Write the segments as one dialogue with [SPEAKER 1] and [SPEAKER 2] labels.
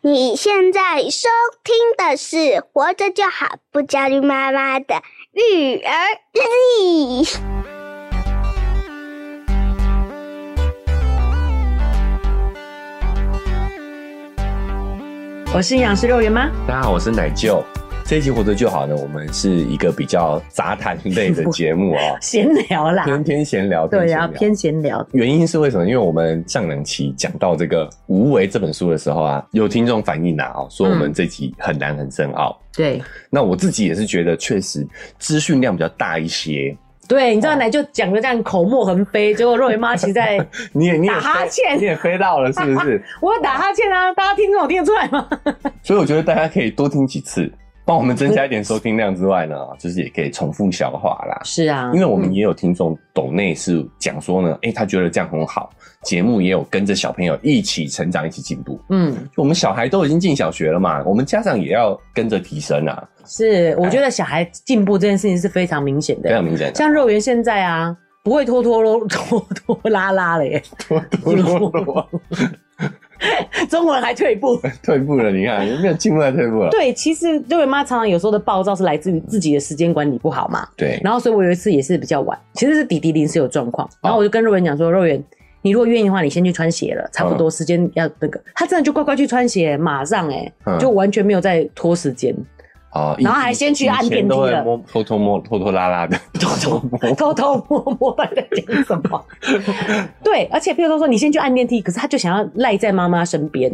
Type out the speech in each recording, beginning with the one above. [SPEAKER 1] 你现在收听的是《活着就好，不焦虑妈妈的育儿日历》。
[SPEAKER 2] 我是营养师肉圆妈，，
[SPEAKER 3] 大家好，我是奶舅。这一集活着就好呢，我们是一个比较杂谈类的节目哦
[SPEAKER 2] 闲聊啦，
[SPEAKER 3] 偏偏闲聊，
[SPEAKER 2] 啊对呀、
[SPEAKER 3] 呀、
[SPEAKER 2] 偏闲聊。
[SPEAKER 3] 原因是为什么？因为我们上两期讲到这个《无为》这本书的时候啊，有听众反映啊，哦说我们这集很难很深奥。
[SPEAKER 2] 对
[SPEAKER 3] 那我自己也是觉得，确实资讯量比较大一些。
[SPEAKER 2] 对，你知道奶就讲的这样口沫横飞，结果肉圆妈其实 在
[SPEAKER 3] 你也你也
[SPEAKER 2] 打哈欠
[SPEAKER 3] 你也飞到了是不是？
[SPEAKER 2] 我有打哈欠啊，大家听懂听得出来吗？
[SPEAKER 3] 所以我觉得大家可以多听几次，帮我们增加一点收听量之外呢，就是也可以重复消化啦。
[SPEAKER 2] 是啊
[SPEAKER 3] 因为我们也有听众懂内是讲说呢，诶、他觉得这样很好，节目也有跟着小朋友一起成长，一起进步。
[SPEAKER 2] 嗯，
[SPEAKER 3] 我们小孩都已经进小学了嘛，我们家长也要跟着提升啊，
[SPEAKER 2] 是，我觉得小孩进步这件事情是非常明显
[SPEAKER 3] 非
[SPEAKER 2] 的
[SPEAKER 3] 常，明显的。
[SPEAKER 2] 像肉圆现在啊。不会拖拖 拖拖拖拉拉 了耶，中文还退步。
[SPEAKER 3] 退步了，你看有没有进步？还退步了。
[SPEAKER 2] 对，其实肉圆妈常常有时候的暴躁是来自于自己的时间管理不好嘛。
[SPEAKER 3] 对，
[SPEAKER 2] 然后所以我有一次也是比较晚，其实是弟弟临时有状况，然后我就跟肉圆讲说，肉圆，你如果愿意的话，你先去穿鞋了，差不
[SPEAKER 3] 嗯
[SPEAKER 2] 多时间要那个，他真的就乖乖去穿鞋，马上哎、
[SPEAKER 3] 嗯
[SPEAKER 2] 就完全没有在拖时间，
[SPEAKER 3] 哦，
[SPEAKER 2] 然后还先去按
[SPEAKER 3] 以前
[SPEAKER 2] 电梯
[SPEAKER 3] 都会
[SPEAKER 2] 了
[SPEAKER 3] 摸偷偷摸、拖拖拉拉的，偷偷摸。
[SPEAKER 2] 偷偷摸摸到底在讲什 么。对，而且譬如说说你先去按电梯，可是他就想要赖在妈妈身边，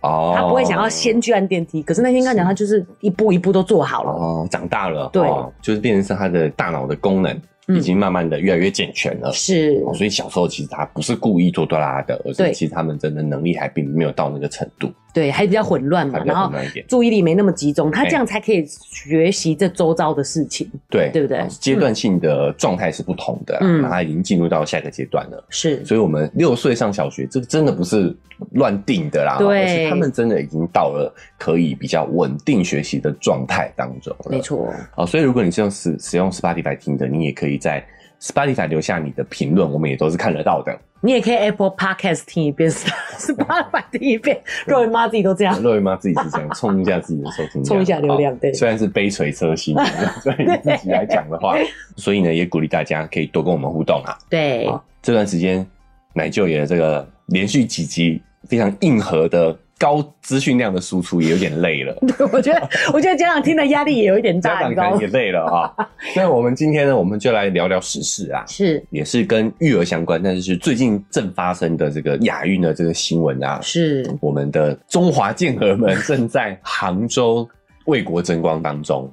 [SPEAKER 3] 哦，
[SPEAKER 2] 他不会想要先去按电梯，可是那天刚讲他就是一步一步都做好了，
[SPEAKER 3] 哦，长大了，
[SPEAKER 2] 对
[SPEAKER 3] 哦就是变成是他的大脑的功能
[SPEAKER 2] 嗯
[SPEAKER 3] 已经慢慢的越来越健全了。
[SPEAKER 2] 是
[SPEAKER 3] 哦，所以小时候其实他不是故意拖拖拉拉的，而
[SPEAKER 2] 对
[SPEAKER 3] 是其实他们真的能力还并没有到那个程度，
[SPEAKER 2] 对，还比较混乱嘛
[SPEAKER 3] 还，比
[SPEAKER 2] 然
[SPEAKER 3] 较哎
[SPEAKER 2] 后
[SPEAKER 3] 困。难一点。
[SPEAKER 2] 注意力没那么集中，他这样才可以学习这周遭的事情。
[SPEAKER 3] 对，
[SPEAKER 2] 对不对
[SPEAKER 3] 哦阶段性的状态是不同的啦，
[SPEAKER 2] 嗯
[SPEAKER 3] 那他已经进入到下一个阶段了。
[SPEAKER 2] 是，
[SPEAKER 3] 所以，我们六岁上小学，这个真的不是乱定的啦，哦
[SPEAKER 2] 对
[SPEAKER 3] 而是他们真的已经到了可以比较稳定学习的状态当中了。
[SPEAKER 2] 没错，
[SPEAKER 3] 哦，所以如果你是用使使用 Spotify 听的，你也可以在 Spotify 留下你的评论，我们也都是看得到的。
[SPEAKER 2] 你也可以 Apple Podcast 听一遍 ，Spotify 听一
[SPEAKER 3] 嗯
[SPEAKER 2] 遍，肉圆妈自己都这样
[SPEAKER 3] 乐于妈自己是这样冲一下自己的收听，
[SPEAKER 2] 冲一下流量
[SPEAKER 3] 好
[SPEAKER 2] 对
[SPEAKER 3] 虽然是杯锤车薪， 所以你自己来讲的话， 所以呢，也鼓励大家可以多跟我们互动啊。
[SPEAKER 2] 对
[SPEAKER 3] 啊，这段时间奶舅也这个连续几集非常硬核的高资讯量的输出，也有点 累了。
[SPEAKER 2] 我觉得，我觉得家长听的压力也有一点
[SPEAKER 3] 家
[SPEAKER 2] 大，
[SPEAKER 3] 长
[SPEAKER 2] 你知
[SPEAKER 3] 可
[SPEAKER 2] 道
[SPEAKER 3] 能
[SPEAKER 2] 吗
[SPEAKER 3] 也？累了 啊。那我们今天呢，我们就来聊聊时事啊，
[SPEAKER 2] 是
[SPEAKER 3] 也是跟育儿相关，但是是最近正发生的这个亚运的这个新闻啊。
[SPEAKER 2] 是，
[SPEAKER 3] 我们的中华健儿们正在杭州为国争光当中，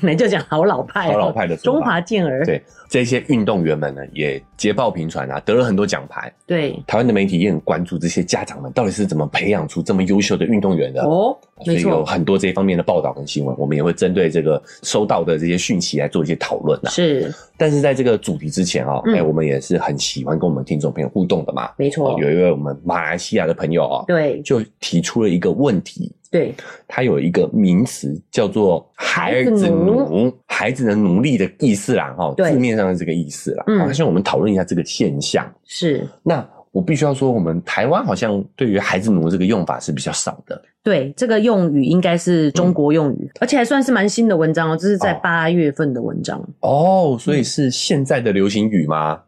[SPEAKER 2] 你就讲好老派哦，
[SPEAKER 3] 好老派的说法
[SPEAKER 2] 中华健儿，
[SPEAKER 3] 对这些运动员们呢也捷报频传啊，得了很多奖牌。
[SPEAKER 2] 对
[SPEAKER 3] 台湾的媒体也很关注这些家长们到底是怎么培养出这么优秀的运动员的。
[SPEAKER 2] 哦，
[SPEAKER 3] 所
[SPEAKER 2] 没
[SPEAKER 3] 以有
[SPEAKER 2] 错，
[SPEAKER 3] 很多这方面的报道跟新闻，我们也会针对这个收到的这些讯息来做一些讨论啊。
[SPEAKER 2] 是
[SPEAKER 3] 但是在这个主题之前哦，
[SPEAKER 2] 嗯
[SPEAKER 3] 哎、我们也是很喜欢跟我们听众朋友互动的嘛。
[SPEAKER 2] 没错
[SPEAKER 3] 哦，有一位我们马来西亚的朋友哦，
[SPEAKER 2] 对
[SPEAKER 3] 就提出了一个问题，
[SPEAKER 2] 对，
[SPEAKER 3] 他有一个名词叫做“孩
[SPEAKER 2] 孩子
[SPEAKER 3] 子
[SPEAKER 2] 奴
[SPEAKER 3] 奴”，孩子的奴隶的意思啦，哈，
[SPEAKER 2] 对
[SPEAKER 3] 字面上的这个意思啦。
[SPEAKER 2] 嗯
[SPEAKER 3] 好像我们讨论一下这个现象。
[SPEAKER 2] 是，
[SPEAKER 3] 那我必须要说，我们台湾好像对于“孩子奴”这个用法是比较少的。
[SPEAKER 2] 对，这个用语应该是中国用语，而且还算是蛮新的文章哦，这是在
[SPEAKER 3] 嗯哦
[SPEAKER 2] 八月份的文章
[SPEAKER 3] 哦，所
[SPEAKER 2] 嗯
[SPEAKER 3] 以是现在的流行语吗？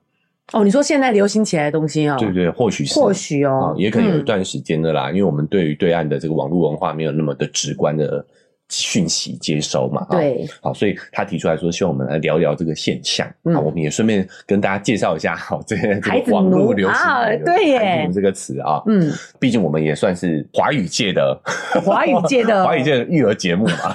[SPEAKER 2] 哦。你说现在流行起来的东西哦，
[SPEAKER 3] 对不对，或许是，
[SPEAKER 2] 或许
[SPEAKER 3] 啊、
[SPEAKER 2] 哦，
[SPEAKER 3] 也可能有一
[SPEAKER 2] 嗯
[SPEAKER 3] 段时间的啦，因为我们对于对岸的这个网络文化没有那么的直观的讯息接收嘛。啊，
[SPEAKER 2] 对，
[SPEAKER 3] 好，所以他提出来说，希望我们来聊聊这个现象。
[SPEAKER 2] 嗯
[SPEAKER 3] 嗯，我们也顺便跟大家介绍一下，好，这个这
[SPEAKER 2] 孩子
[SPEAKER 3] 个网
[SPEAKER 2] 奴
[SPEAKER 3] 络流行
[SPEAKER 2] 啊
[SPEAKER 3] 语有
[SPEAKER 2] 对耶
[SPEAKER 3] 孩子奴这个词啊，嗯，
[SPEAKER 2] 嗯，
[SPEAKER 3] 毕竟我们也算是华语界的
[SPEAKER 2] 华语界的
[SPEAKER 3] 华语界的育儿节目嘛，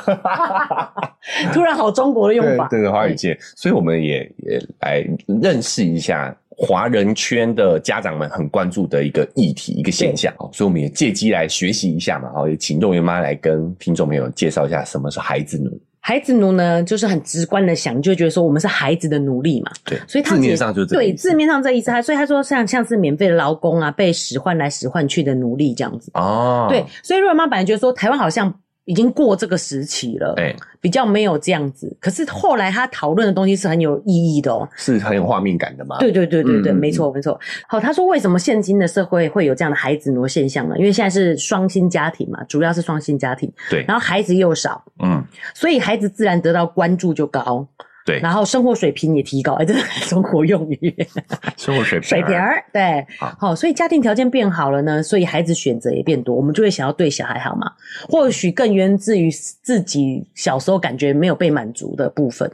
[SPEAKER 2] 突然好中国的用法，
[SPEAKER 3] 对对对，华语界，所以我们也也来认识一下华人圈的家长们很关注的一个议题、一个现象哦，所以我们也借机来学习一下嘛，哦，也请肉圆妈来跟听众朋友介绍一下什么是孩子奴，
[SPEAKER 2] 孩子奴呢，就是很直观的想，就会觉得说我们是孩子的奴隶嘛，
[SPEAKER 3] 对，
[SPEAKER 2] 所以他
[SPEAKER 3] 字
[SPEAKER 2] 其
[SPEAKER 3] 面
[SPEAKER 2] 实
[SPEAKER 3] 上就是这个
[SPEAKER 2] 对
[SPEAKER 3] 意思
[SPEAKER 2] 字面上这意思，他所以他说像像是免费的劳工啊，被使唤来使唤去的奴隶这样子。
[SPEAKER 3] 哦，
[SPEAKER 2] 对，，所以瑞文妈本来觉得说台湾好像已经过这个时期了，
[SPEAKER 3] 哎、
[SPEAKER 2] 比较没有这样子。可是后来他讨论的东西是很有意义的哦。
[SPEAKER 3] 是很有画面感的嘛，
[SPEAKER 2] 对对对对对，
[SPEAKER 3] 嗯嗯
[SPEAKER 2] 没错没错。好，他说为什么现今的社会会有这样的孩子奴现象呢？因为现在是双薪家庭嘛，主要是双薪家庭，
[SPEAKER 3] 对，
[SPEAKER 2] 然后孩子又少，
[SPEAKER 3] 嗯，
[SPEAKER 2] 所以孩子自然得到关注就高，
[SPEAKER 3] 对，
[SPEAKER 2] 然后生活水平也提高。哎，这是中国用 语。
[SPEAKER 3] 生活水平
[SPEAKER 2] 水平儿，对，
[SPEAKER 3] 啊好
[SPEAKER 2] 好、所以家庭条件变好了呢，所以孩子选择也变多，我们就会想要对小孩好嘛。或许更源自于自己小时候感觉没有被满足的部分，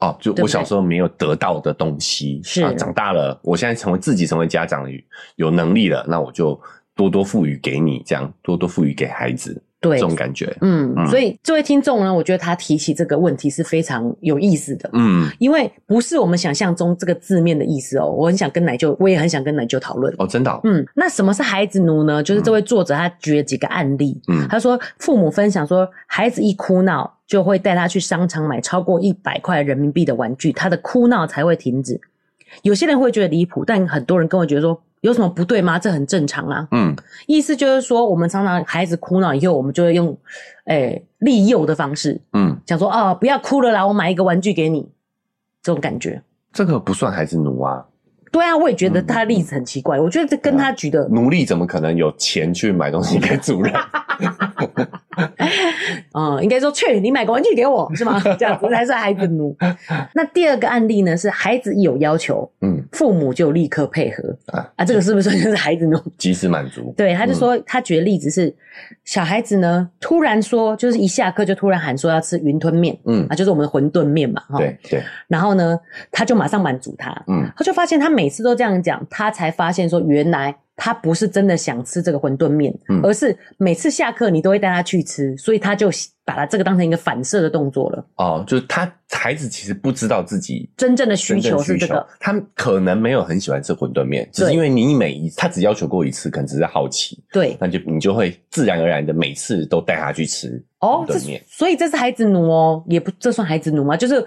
[SPEAKER 3] 哦，就
[SPEAKER 2] 对不
[SPEAKER 3] 我
[SPEAKER 2] 对
[SPEAKER 3] 小时候没有得到的东西，
[SPEAKER 2] 是
[SPEAKER 3] 啊，长大了，我现在成为自己成为家长了，有能力了，那我就多多赋予给你，这样多多赋予给孩子，
[SPEAKER 2] 对
[SPEAKER 3] 这，种感觉，
[SPEAKER 2] 嗯，
[SPEAKER 3] 嗯
[SPEAKER 2] 所以这位听众呢，我觉得他提起这个问题是非常有意思的。
[SPEAKER 3] 嗯，
[SPEAKER 2] 因为不是我们想象中这个字面的意思哦，我很想跟奶舅，我也很想跟奶舅讨论。
[SPEAKER 3] 哦，真的哦、
[SPEAKER 2] 嗯，那什么是孩子奴呢？就是这位作者他举了几个案例，
[SPEAKER 3] 嗯
[SPEAKER 2] 他说父母分享说，孩子一哭闹就会带他去商场买超过一百块人民币的玩具，他的哭闹才会停止。有些人会觉得离谱，但很多人跟我觉得说有什么不对吗？这很正常啊。
[SPEAKER 3] 嗯，
[SPEAKER 2] 意思就是说，我们常常孩子哭闹以后，我们就会用，诶、利诱的方式，
[SPEAKER 3] 嗯，
[SPEAKER 2] 想说哦，不要哭了啦，我买一个玩具给你，这种感觉。
[SPEAKER 3] 这个不算孩子奴啊，
[SPEAKER 2] 对啊，我也觉得
[SPEAKER 3] 嗯
[SPEAKER 2] 他的例子很奇怪，我觉得这跟他举的
[SPEAKER 3] 奴隶怎么可能有钱去买东西给 主人？
[SPEAKER 2] 嗯，应该说去，你买个玩具给我是吗？这样子才算孩子 奴。那第二个案例呢，是孩子一有要求，
[SPEAKER 3] 嗯，
[SPEAKER 2] 父母就立刻配合
[SPEAKER 3] 啊嗯
[SPEAKER 2] 啊，这个是不是算就是孩子奴？
[SPEAKER 3] 及时满足，
[SPEAKER 2] 对，他就说他举的例子是小孩子呢，突然说就是一下课就突然喊说要吃云吞面
[SPEAKER 3] 嗯，
[SPEAKER 2] 啊，就是我们的馄饨面嘛，哈。
[SPEAKER 3] 对对，
[SPEAKER 2] 然后呢，他就马上满足他，
[SPEAKER 3] 嗯，
[SPEAKER 2] 他就发现他每次都这样讲，他才发现说原来他不是真的想吃这个馄饨面，
[SPEAKER 3] 嗯
[SPEAKER 2] 而是每次下课你都会带他去吃，所以他就把他这个当成一个反射的动作了。
[SPEAKER 3] 哦，就是他孩子其实不知道自己
[SPEAKER 2] 真正的需
[SPEAKER 3] 真正
[SPEAKER 2] 求是
[SPEAKER 3] 需
[SPEAKER 2] 这
[SPEAKER 3] 求
[SPEAKER 2] 个，，
[SPEAKER 3] 他可能没有很喜欢吃馄饨面，只是
[SPEAKER 2] 对
[SPEAKER 3] 因为你每一他只要求过一次，可能只是好奇，
[SPEAKER 2] 对，
[SPEAKER 3] 那就你就会自然而然的每次都带他去吃
[SPEAKER 2] 哦，
[SPEAKER 3] 馄
[SPEAKER 2] 这
[SPEAKER 3] 饨面。
[SPEAKER 2] 所以这是孩子奴哦，也不这算孩子奴吗？就是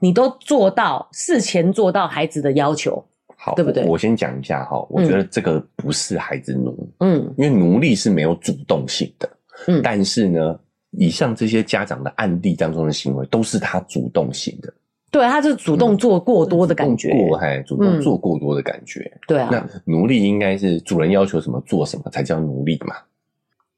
[SPEAKER 2] 你都做到事前做到孩子的要求，
[SPEAKER 3] 好，
[SPEAKER 2] 对不嗯对
[SPEAKER 3] 我我先讲一下哈，我觉得这个不是孩子奴，
[SPEAKER 2] 嗯
[SPEAKER 3] 因为奴隶是没有主动性的。
[SPEAKER 2] 嗯
[SPEAKER 3] 但是呢，以上这些家长的案例当中的行为，都是他主动性的，
[SPEAKER 2] 对，啊他是主动做过多的感觉，
[SPEAKER 3] 嗯主动过还主动
[SPEAKER 2] 嗯
[SPEAKER 3] 做过多的感觉。
[SPEAKER 2] 对啊，
[SPEAKER 3] 那奴隶应该是主人要求什么做什么才叫奴隶嘛？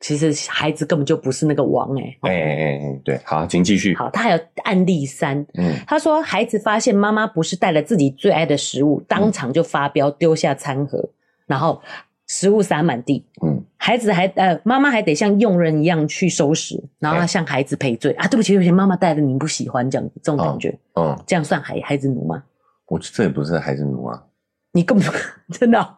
[SPEAKER 2] 其实孩子根本就不是那个王哎、
[SPEAKER 3] 哎哎哎哎，对，好，请继续。
[SPEAKER 2] 好，他还有案例三，
[SPEAKER 3] 嗯，
[SPEAKER 2] 他说，孩子发现妈妈不是带了自己最爱的食
[SPEAKER 3] 嗯
[SPEAKER 2] 物，当场就发飙，丢下餐盒，然后食物洒满地。
[SPEAKER 3] 嗯，
[SPEAKER 2] 孩子还呃，妈妈还得像佣人一样去收拾，然后
[SPEAKER 3] 哎
[SPEAKER 2] 他向孩子赔罪、啊，对不起，对不起，妈妈带的你不喜欢这样这种感觉，
[SPEAKER 3] 嗯，
[SPEAKER 2] 这样算孩孩子奴吗？
[SPEAKER 3] 我这也不是孩子奴啊，
[SPEAKER 2] 你根本 真的哦、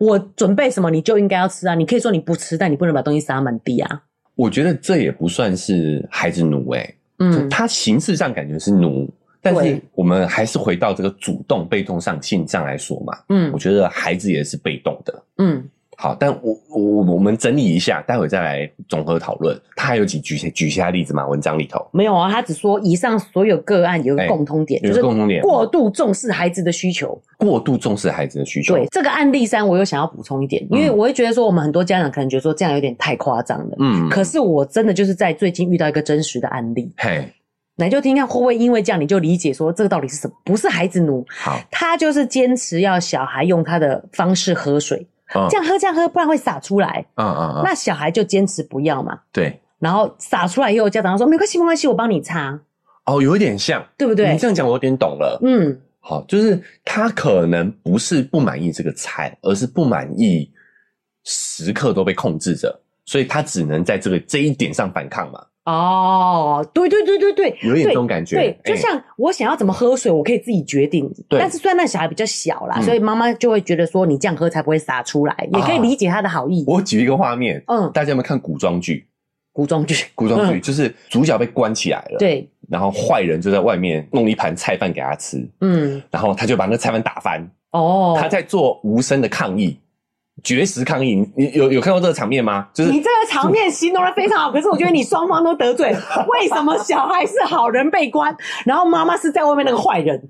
[SPEAKER 2] 我准备什么你就应该要吃啊，你可以说你不吃，但你不能把东西洒满地啊。
[SPEAKER 3] 我觉得这也不算是孩子奴哎、
[SPEAKER 2] 嗯，
[SPEAKER 3] 他形式上感觉是奴，但是
[SPEAKER 2] 对
[SPEAKER 3] 我们还是回到这个主动、被动上性上来说嘛。我
[SPEAKER 2] 嗯
[SPEAKER 3] 觉得孩子也是被动的。
[SPEAKER 2] 嗯，
[SPEAKER 3] 好，但我我我我们整理一下，待会再来综合讨论。他还有几举举其他例子吗？文章里头
[SPEAKER 2] 没有啊，他只说以上所有个案有一
[SPEAKER 3] 哎
[SPEAKER 2] 个共通点，
[SPEAKER 3] 有一
[SPEAKER 2] 就
[SPEAKER 3] 个
[SPEAKER 2] 是
[SPEAKER 3] 共通点
[SPEAKER 2] 过度重视孩子的需求。
[SPEAKER 3] 过度重视孩子的需求，
[SPEAKER 2] 对，这个案例三，我有想要补充一点，
[SPEAKER 3] 嗯
[SPEAKER 2] 因为我会觉得说，我们很多家长可能觉得说这样有点太夸张了。
[SPEAKER 3] 嗯，
[SPEAKER 2] 可是我真的就是在最近遇到一个真实的案例，
[SPEAKER 3] 嘿，
[SPEAKER 2] 奶就听看会不会因为这样你就理解说这个到底是什么？不是孩子奴，
[SPEAKER 3] 好，
[SPEAKER 2] 他就是坚持要小孩用他的方式喝水，
[SPEAKER 3] 嗯
[SPEAKER 2] 这样喝这样喝，不然会洒出来。
[SPEAKER 3] 嗯嗯嗯，
[SPEAKER 2] 那小孩就坚持不要嘛，
[SPEAKER 3] 对，
[SPEAKER 2] 然后洒出来以后，家长说没关系没关系，我帮你擦，
[SPEAKER 3] 哦，有一点像，
[SPEAKER 2] 对不对
[SPEAKER 3] 你？这样讲我有点懂了。
[SPEAKER 2] 嗯，
[SPEAKER 3] 好，就是他可能不是不满意这个菜，而是不满意时刻都被控制着，所以他只能在这个这一点上反抗嘛，
[SPEAKER 2] 哦，对对对对对，
[SPEAKER 3] 有点这
[SPEAKER 2] 对
[SPEAKER 3] 种感觉。
[SPEAKER 2] 对，就
[SPEAKER 3] 哎
[SPEAKER 2] 像我想要怎么喝水，我可以自己决定。
[SPEAKER 3] 对
[SPEAKER 2] 但是虽然那小孩比较小啦，
[SPEAKER 3] 嗯啊
[SPEAKER 2] 所以妈妈就会觉得说你这样喝才不会洒出来，也可以理解他的好意。
[SPEAKER 3] 我举一个画面，
[SPEAKER 2] 嗯，
[SPEAKER 3] 大家有没有看古装剧？
[SPEAKER 2] 古装剧，
[SPEAKER 3] 古装剧
[SPEAKER 2] 嗯
[SPEAKER 3] 就是主角被关起来了，，
[SPEAKER 2] 对，
[SPEAKER 3] 然后坏人就在外面弄了一盘菜饭给他吃，
[SPEAKER 2] 嗯，
[SPEAKER 3] 然后他就把那菜饭打翻，
[SPEAKER 2] 哦，
[SPEAKER 3] 他在做无声的抗议，绝食抗议。你你有有看过这个场面吗？就是
[SPEAKER 4] 你这个场面形容的非常好，可是我觉得你双方都得罪。为什么小孩是好人被关，然后妈妈是在外面那个坏人？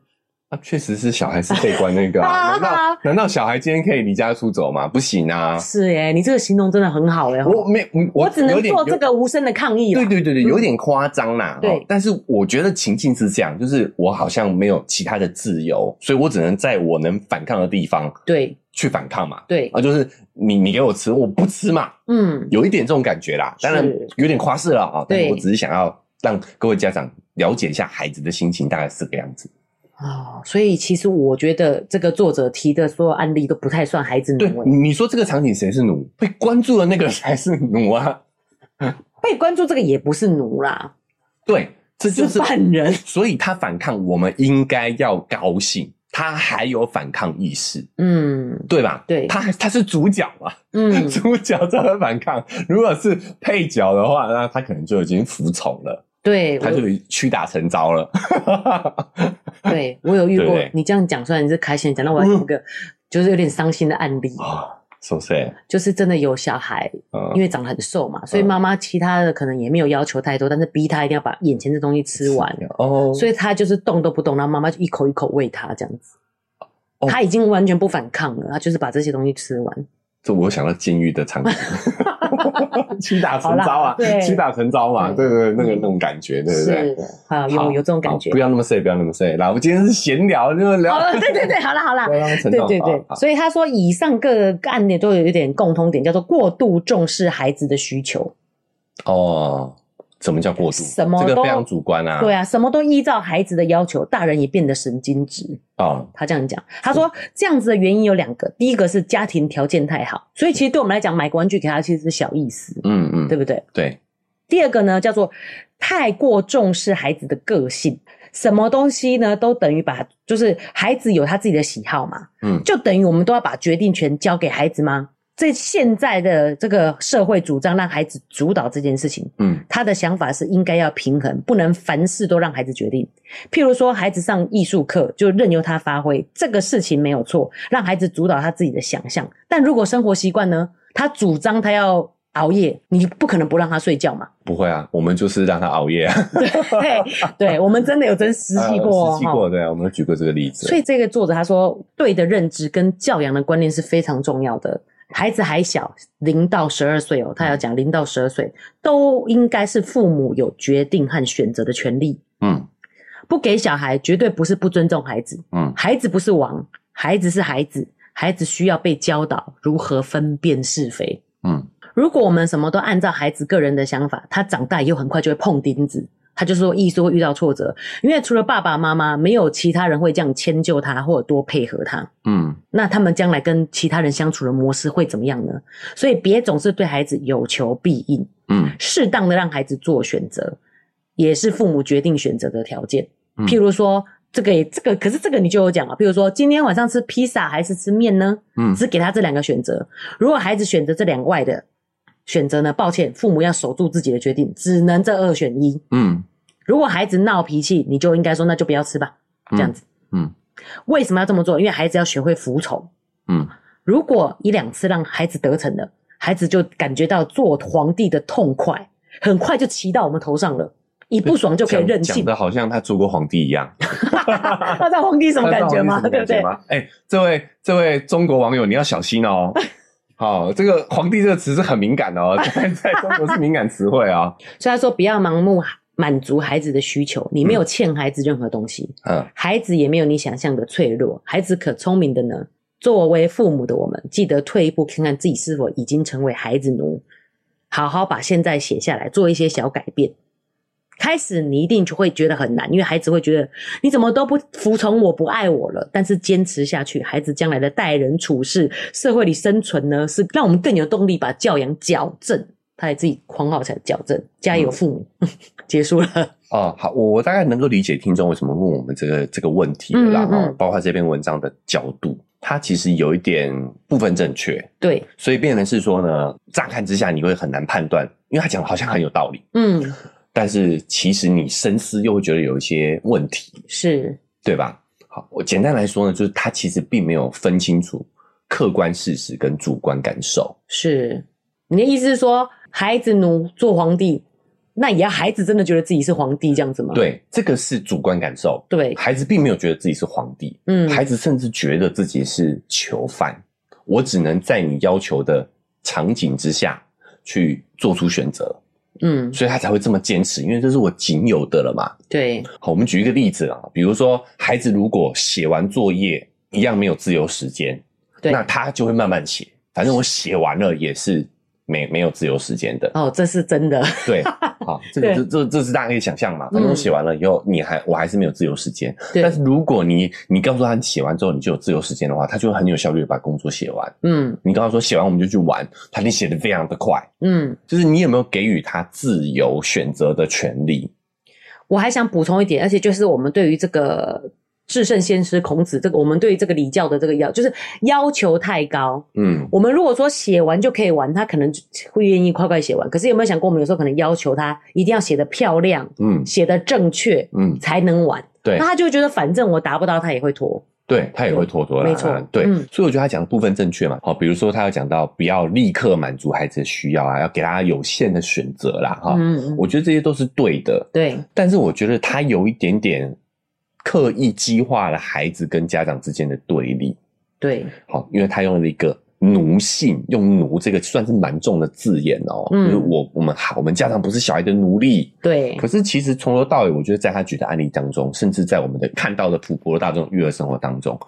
[SPEAKER 3] 啊，确实是小孩是被关那个、 啊，难道难道小孩今天可以离家出走吗？不行啊！
[SPEAKER 2] 是哎、你这个形容真的很好哎、
[SPEAKER 3] 我没我
[SPEAKER 2] 我只能
[SPEAKER 3] 有点
[SPEAKER 2] 做这个无声的抗议了。
[SPEAKER 3] 对对对对，有点夸张啦。
[SPEAKER 2] 对
[SPEAKER 3] 哦但是我觉得情境是这样，就是我好像没有其他的自由，所以我只能在我能反抗的地方
[SPEAKER 2] 对
[SPEAKER 3] 去反抗嘛。
[SPEAKER 2] 对，
[SPEAKER 3] 啊，就是你你给我吃，我不吃嘛，
[SPEAKER 2] 嗯，
[SPEAKER 3] 有一点这种感觉啦。当然
[SPEAKER 2] 是
[SPEAKER 3] 有点夸饰了啊、但
[SPEAKER 2] 对
[SPEAKER 3] 是我只是想要让各位家长了解一下孩子的心情大概是这个样子。
[SPEAKER 2] 哦，所以其实我觉得这个作者提的所有案例都不太算孩子奴
[SPEAKER 3] 对，
[SPEAKER 2] 欸
[SPEAKER 3] 你说这个场景谁是奴？被关注的那个人才是 奴啊。
[SPEAKER 2] 被关注这个也不是奴啦，
[SPEAKER 3] 对，这就是
[SPEAKER 2] 犯人
[SPEAKER 3] 所以他反抗，我们应该要高兴，他还有反抗意识，
[SPEAKER 2] 嗯
[SPEAKER 3] 对吧？
[SPEAKER 2] 对
[SPEAKER 3] 他还他是主角嘛，
[SPEAKER 2] 嗯
[SPEAKER 3] 主角才会反抗。如果是配角的话，那他可能就已经服从了，
[SPEAKER 2] 对，
[SPEAKER 3] 他
[SPEAKER 2] 我
[SPEAKER 3] 就屈打成招了。
[SPEAKER 2] 对我有遇过
[SPEAKER 3] 对不对。
[SPEAKER 2] 你这样讲，虽然你是开心，讲到我要讲一
[SPEAKER 3] 嗯
[SPEAKER 2] 个、就是有点伤心的案例，
[SPEAKER 3] 啊，是不是？
[SPEAKER 2] 就是真的有小孩
[SPEAKER 3] 嗯
[SPEAKER 2] 因为长得很瘦嘛，所以
[SPEAKER 3] 嗯
[SPEAKER 2] 妈妈其他的可能也没有要求太多，但是逼他一定要把眼前的东西吃完，
[SPEAKER 3] 哦，
[SPEAKER 2] 所以他就是动都不动，然后妈妈就一口一口喂他这样子。
[SPEAKER 3] 哦
[SPEAKER 2] 他已经完全不反抗了，他就是把这些东西吃完。
[SPEAKER 3] 这我想到监狱的场 景，屈打成
[SPEAKER 2] 好
[SPEAKER 3] 招
[SPEAKER 2] 啦
[SPEAKER 3] 啊
[SPEAKER 2] 对，
[SPEAKER 3] 屈打成招嘛，
[SPEAKER 2] 对嗯
[SPEAKER 3] 对对，对那个那种感觉，对不对？
[SPEAKER 2] 是啊，有
[SPEAKER 3] 好
[SPEAKER 2] 有这种感觉
[SPEAKER 3] 好不。要那么 say，不要那么 say。来，我们今天是闲聊，就是聊
[SPEAKER 2] 好， 了，对对对，好了好了，
[SPEAKER 3] 刚刚陈
[SPEAKER 2] 对
[SPEAKER 3] 总
[SPEAKER 2] 对
[SPEAKER 3] 好
[SPEAKER 2] 对
[SPEAKER 3] 好，
[SPEAKER 2] 所以他说以上各个案例都有一点共通点，叫做过度重视孩子的需求。
[SPEAKER 3] 哦，怎么叫过度？
[SPEAKER 2] 什么
[SPEAKER 3] 这
[SPEAKER 2] 都
[SPEAKER 3] 个非常主观啊。
[SPEAKER 2] 对啊，什么都依照孩子的要求，大人也变得神经质。
[SPEAKER 3] 哦，
[SPEAKER 2] 他这样讲，他说这样子的原因有两个，第一个是家庭条件太好，所以其实对我们来讲，买个玩具给他其实是小意思，
[SPEAKER 3] 嗯嗯，
[SPEAKER 2] 对
[SPEAKER 3] 对
[SPEAKER 2] 不对？
[SPEAKER 3] 对，
[SPEAKER 2] 第二个呢，叫做太过重视孩子的个性，什么东西呢都等于把，就是孩子有他自己的喜好嘛，
[SPEAKER 3] 嗯
[SPEAKER 2] 就等于我们都要把决定权交给孩子吗？这现在的这个社会主张让孩子主导这件事情，
[SPEAKER 3] 嗯
[SPEAKER 2] 他的想法是应该要平衡，不能凡事都让孩子决定。譬如说，孩子上艺术课就任由他发挥，这个事情没有错，让孩子主导他自己的想象。但如果生活习惯呢，他主张他要熬夜，你不可能不让他睡觉嘛？
[SPEAKER 3] 不会啊，我们就是让他熬夜啊，
[SPEAKER 2] 对，对，我们真的有真实际过、哦，
[SPEAKER 3] 实际
[SPEAKER 2] 哈
[SPEAKER 3] 过， 对啊，我们举过这个例子。
[SPEAKER 2] 所以这个作者他说，对的认知跟教养的观念是非常重要的。孩子还小，零到十二岁哦，他要讲零到十二岁都应该是父母有决定和选择的权利。
[SPEAKER 3] 嗯
[SPEAKER 2] 不给小孩，绝对不是不尊重孩子。
[SPEAKER 3] 嗯，
[SPEAKER 2] 孩子不是王，孩子是孩子，孩子需要被教导如何分辨是非。
[SPEAKER 3] 嗯，
[SPEAKER 2] 如果我们什么都按照孩子个人的想法，他长大以后很快就会碰钉子。他就说，艺术会遇到挫折，因为除了爸爸妈妈，没有其他人会这样迁就他或者多配合他。
[SPEAKER 3] 嗯
[SPEAKER 2] 那他们将来跟其他人相处的模式会怎么样呢？所以别总是对孩子有求必应，
[SPEAKER 3] 嗯
[SPEAKER 2] 适当的让孩子做选择，也是父母决定选择的条件。
[SPEAKER 3] 嗯
[SPEAKER 2] 譬如说，这个也这个，可是这个你就有讲了。譬如说，今天晚上吃披萨还是吃面呢？
[SPEAKER 3] 嗯
[SPEAKER 2] 只给他这两个选择。如果孩子选择这两外的选择呢，抱歉，父母要守住自己的决定，只能这二选一。
[SPEAKER 3] 嗯
[SPEAKER 2] 如果孩子闹脾气，你就应该说那就不要吃吧，这样子。
[SPEAKER 3] 嗯
[SPEAKER 2] 为什么要这么做？因为孩子要学会服从。
[SPEAKER 3] 嗯
[SPEAKER 2] 如果一两次让孩子得逞了，孩子就感觉到做皇帝的痛快，很快就骑到我们头上了，一不爽就可以任
[SPEAKER 3] 讲
[SPEAKER 2] 性。
[SPEAKER 3] 的好像他做过皇帝一样，
[SPEAKER 2] 那在皇帝什么感觉 吗？
[SPEAKER 3] 他
[SPEAKER 2] 对不对
[SPEAKER 3] 知道皇帝什么感觉？吗？哎，这位这位中国网友，你要小心 哦。好，这个“皇帝”这个词是很敏感的哦，在在中国是敏感词 汇啊。
[SPEAKER 2] 所以他说不要盲目满足孩子的需求，你没有欠孩子任何东西，
[SPEAKER 3] 嗯
[SPEAKER 2] 孩子也没有你想象的脆弱，孩子可聪明的呢。作为父母的我们，记得退一步看看自己是否已经成为孩子奴，好好把现在写下来，做一些小改变。开始你一定就会觉得很难，因为孩子会觉得你怎么都不服从我，不爱我了。但是坚持下去，孩子将来的待人处事、社会里生存呢，是让我们更有动力把教养矫正。他也自己狂号起来矫正，加油，父母！ 结束了。
[SPEAKER 3] 哦，好，我我大概能够理解听众为什么问我们这个这个问题了啦，
[SPEAKER 2] 嗯嗯嗯
[SPEAKER 3] 哦包括这篇文章的角度，它其实有一点部分正确，
[SPEAKER 2] 对，
[SPEAKER 3] 所以变成是说呢，乍看之下你会很难判断，因为他讲的好像很有道理，
[SPEAKER 2] 嗯，
[SPEAKER 3] 但是其实你深思又会觉得有一些问题，
[SPEAKER 2] 是，
[SPEAKER 3] 对吧？好，我简单来说呢，就是他其实并没有分清楚客观事实跟主观感受。
[SPEAKER 2] 是你的意思是说，孩子奴做皇帝，那也要孩子真的觉得自己是皇帝这样子吗？
[SPEAKER 3] 对，这个是主观感受。
[SPEAKER 2] 对，
[SPEAKER 3] 孩子并没有觉得自己是皇帝，
[SPEAKER 2] 嗯，
[SPEAKER 3] 孩子甚至觉得自己是囚犯，我只能在你要求的场景之下去做出选择，
[SPEAKER 2] 嗯，
[SPEAKER 3] 所以他才会这么坚持，因为这是我仅有的了嘛。
[SPEAKER 2] 对，
[SPEAKER 3] 好，我们举一个例子啊，比如说孩子如果写完作业一样没有自由时间，
[SPEAKER 2] 对
[SPEAKER 3] 那他就会慢慢写，反正我写完了也是没没有自由时 间的，
[SPEAKER 2] 哦，这是真 的，
[SPEAKER 3] 对，好，这个
[SPEAKER 2] 对嗯
[SPEAKER 3] 这这这是大家可以想象嘛，反正我写完了以后，你还我还是没有自由时间，
[SPEAKER 2] 对
[SPEAKER 3] 但，是如果你你告诉他你写完之后你就有自由时间的话，他就会很有效率地把工作写完。
[SPEAKER 2] 嗯
[SPEAKER 3] 你刚刚说写完我们就去玩，他你写的非常的快，
[SPEAKER 2] 嗯，
[SPEAKER 3] 就是你有没有给予他自由选择的权利？
[SPEAKER 2] 我还想补充一点，而且就是我们对于这个至圣先师孔子这个，我们对于这个礼教的这个要，就是要求太高。
[SPEAKER 3] 嗯，
[SPEAKER 2] 我们如果说写完就可以玩，他可能就会愿意快快写完。可是有没有想过，我们有时候可能要求他一定要写得漂亮、
[SPEAKER 3] 嗯
[SPEAKER 2] 写得正确
[SPEAKER 3] 嗯，
[SPEAKER 2] 才能玩？
[SPEAKER 3] 对
[SPEAKER 2] 那他就会觉得反正我达不到，他也会拖。
[SPEAKER 3] 对，他也会拖拖拉拉。
[SPEAKER 2] 嗯没错
[SPEAKER 3] 对，
[SPEAKER 2] 嗯
[SPEAKER 3] 所以我觉得他讲的部分正确嘛。好，比如说他有讲到不要立刻满足孩子的需要啊，要给他有限的选择啦。哈、
[SPEAKER 2] 嗯，嗯
[SPEAKER 3] 我觉得这些都是对的。
[SPEAKER 2] 对，
[SPEAKER 3] 但是我觉得他有一点点刻意激化了孩子跟家长之间的对立。
[SPEAKER 2] 对，
[SPEAKER 3] 好，因为他用了一个奴性，用奴这个算是蛮重的字眼哦。
[SPEAKER 2] 嗯
[SPEAKER 3] 就是我我们好，我们家长不是小孩的奴隶。
[SPEAKER 2] 对
[SPEAKER 3] 可，是其实从头到尾，我觉得在他举的案例当中，甚至在我们的看到的普普罗大众育儿生活当中，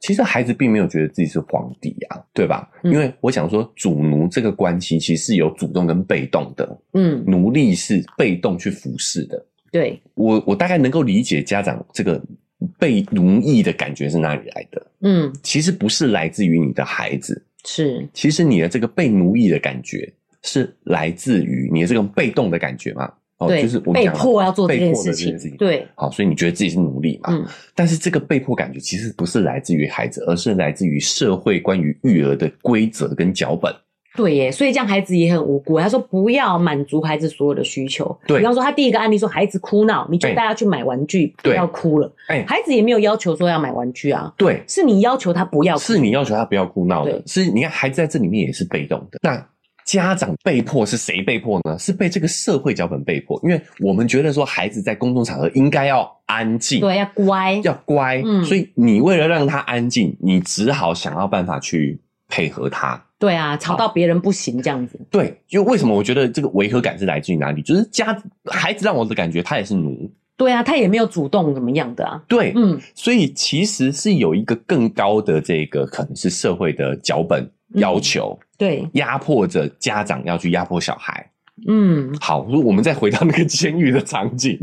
[SPEAKER 3] 其实孩子并没有觉得自己是皇帝啊，对吧？
[SPEAKER 2] 嗯
[SPEAKER 3] 因为我想说，主奴这个关系其实是有主动跟被动的，
[SPEAKER 2] 嗯，
[SPEAKER 3] 奴隶是被动去服侍的。
[SPEAKER 2] 对，
[SPEAKER 3] 我我大概能够理解家长这个被奴役的感觉是哪里来的。
[SPEAKER 2] 嗯，
[SPEAKER 3] 其实不是来自于你的孩子，
[SPEAKER 2] 是，
[SPEAKER 3] 其实你的这个被奴役的感觉是来自于你的这种被动的感觉嘛。哦，
[SPEAKER 2] 对，
[SPEAKER 3] 就是我们
[SPEAKER 2] 被
[SPEAKER 3] 讲的
[SPEAKER 2] 迫要做这
[SPEAKER 3] 被
[SPEAKER 2] 件
[SPEAKER 3] 迫
[SPEAKER 2] 事
[SPEAKER 3] 的这
[SPEAKER 2] 情
[SPEAKER 3] 件事情。，
[SPEAKER 2] 对，
[SPEAKER 3] 好，所以你觉得自己是奴隶嘛？
[SPEAKER 2] 嗯，
[SPEAKER 3] 但是这个被迫感觉其实不是来自于孩子，而是来自于社会关于育儿的规则跟脚本。
[SPEAKER 2] 对耶，所以这样孩子也很无辜。他说不要满足孩子所有的需求。
[SPEAKER 3] 对
[SPEAKER 2] 比方说他第一个案例说孩子哭闹，你就
[SPEAKER 3] 哎
[SPEAKER 2] 带他去买玩具，不
[SPEAKER 3] 对
[SPEAKER 2] 要哭了。
[SPEAKER 3] 哎
[SPEAKER 2] 孩子也没有要求说要买玩具啊，
[SPEAKER 3] 对，
[SPEAKER 2] 是你要求他不要哭。
[SPEAKER 3] 是你要求他不要哭闹的
[SPEAKER 2] 对，
[SPEAKER 3] 是你看孩子在这里面也是被动的。那家长被迫是谁被迫呢？是被这个社会脚本被迫，因为我们觉得说孩子在公众场合应该要安静，
[SPEAKER 2] 对，要乖。
[SPEAKER 3] 要乖，
[SPEAKER 2] 嗯
[SPEAKER 3] 所以你为了让他安静，你只好想要办法去配合他。
[SPEAKER 2] 对啊，吵到别人不行这样子。
[SPEAKER 3] 对，就为什么我觉得这个违和感是来自于哪里？就是家孩子让我的感觉他也是奴，
[SPEAKER 2] 对啊，他也没有主动怎么样的啊。
[SPEAKER 3] 对，
[SPEAKER 2] 嗯，
[SPEAKER 3] 所以其实是有一个更高的这个可能是社会的脚本
[SPEAKER 2] 嗯
[SPEAKER 3] 要求，
[SPEAKER 2] 对，
[SPEAKER 3] 压迫着家长要去压迫小孩。
[SPEAKER 2] 嗯，
[SPEAKER 3] 好，如果我们再回到那个监狱的场 景，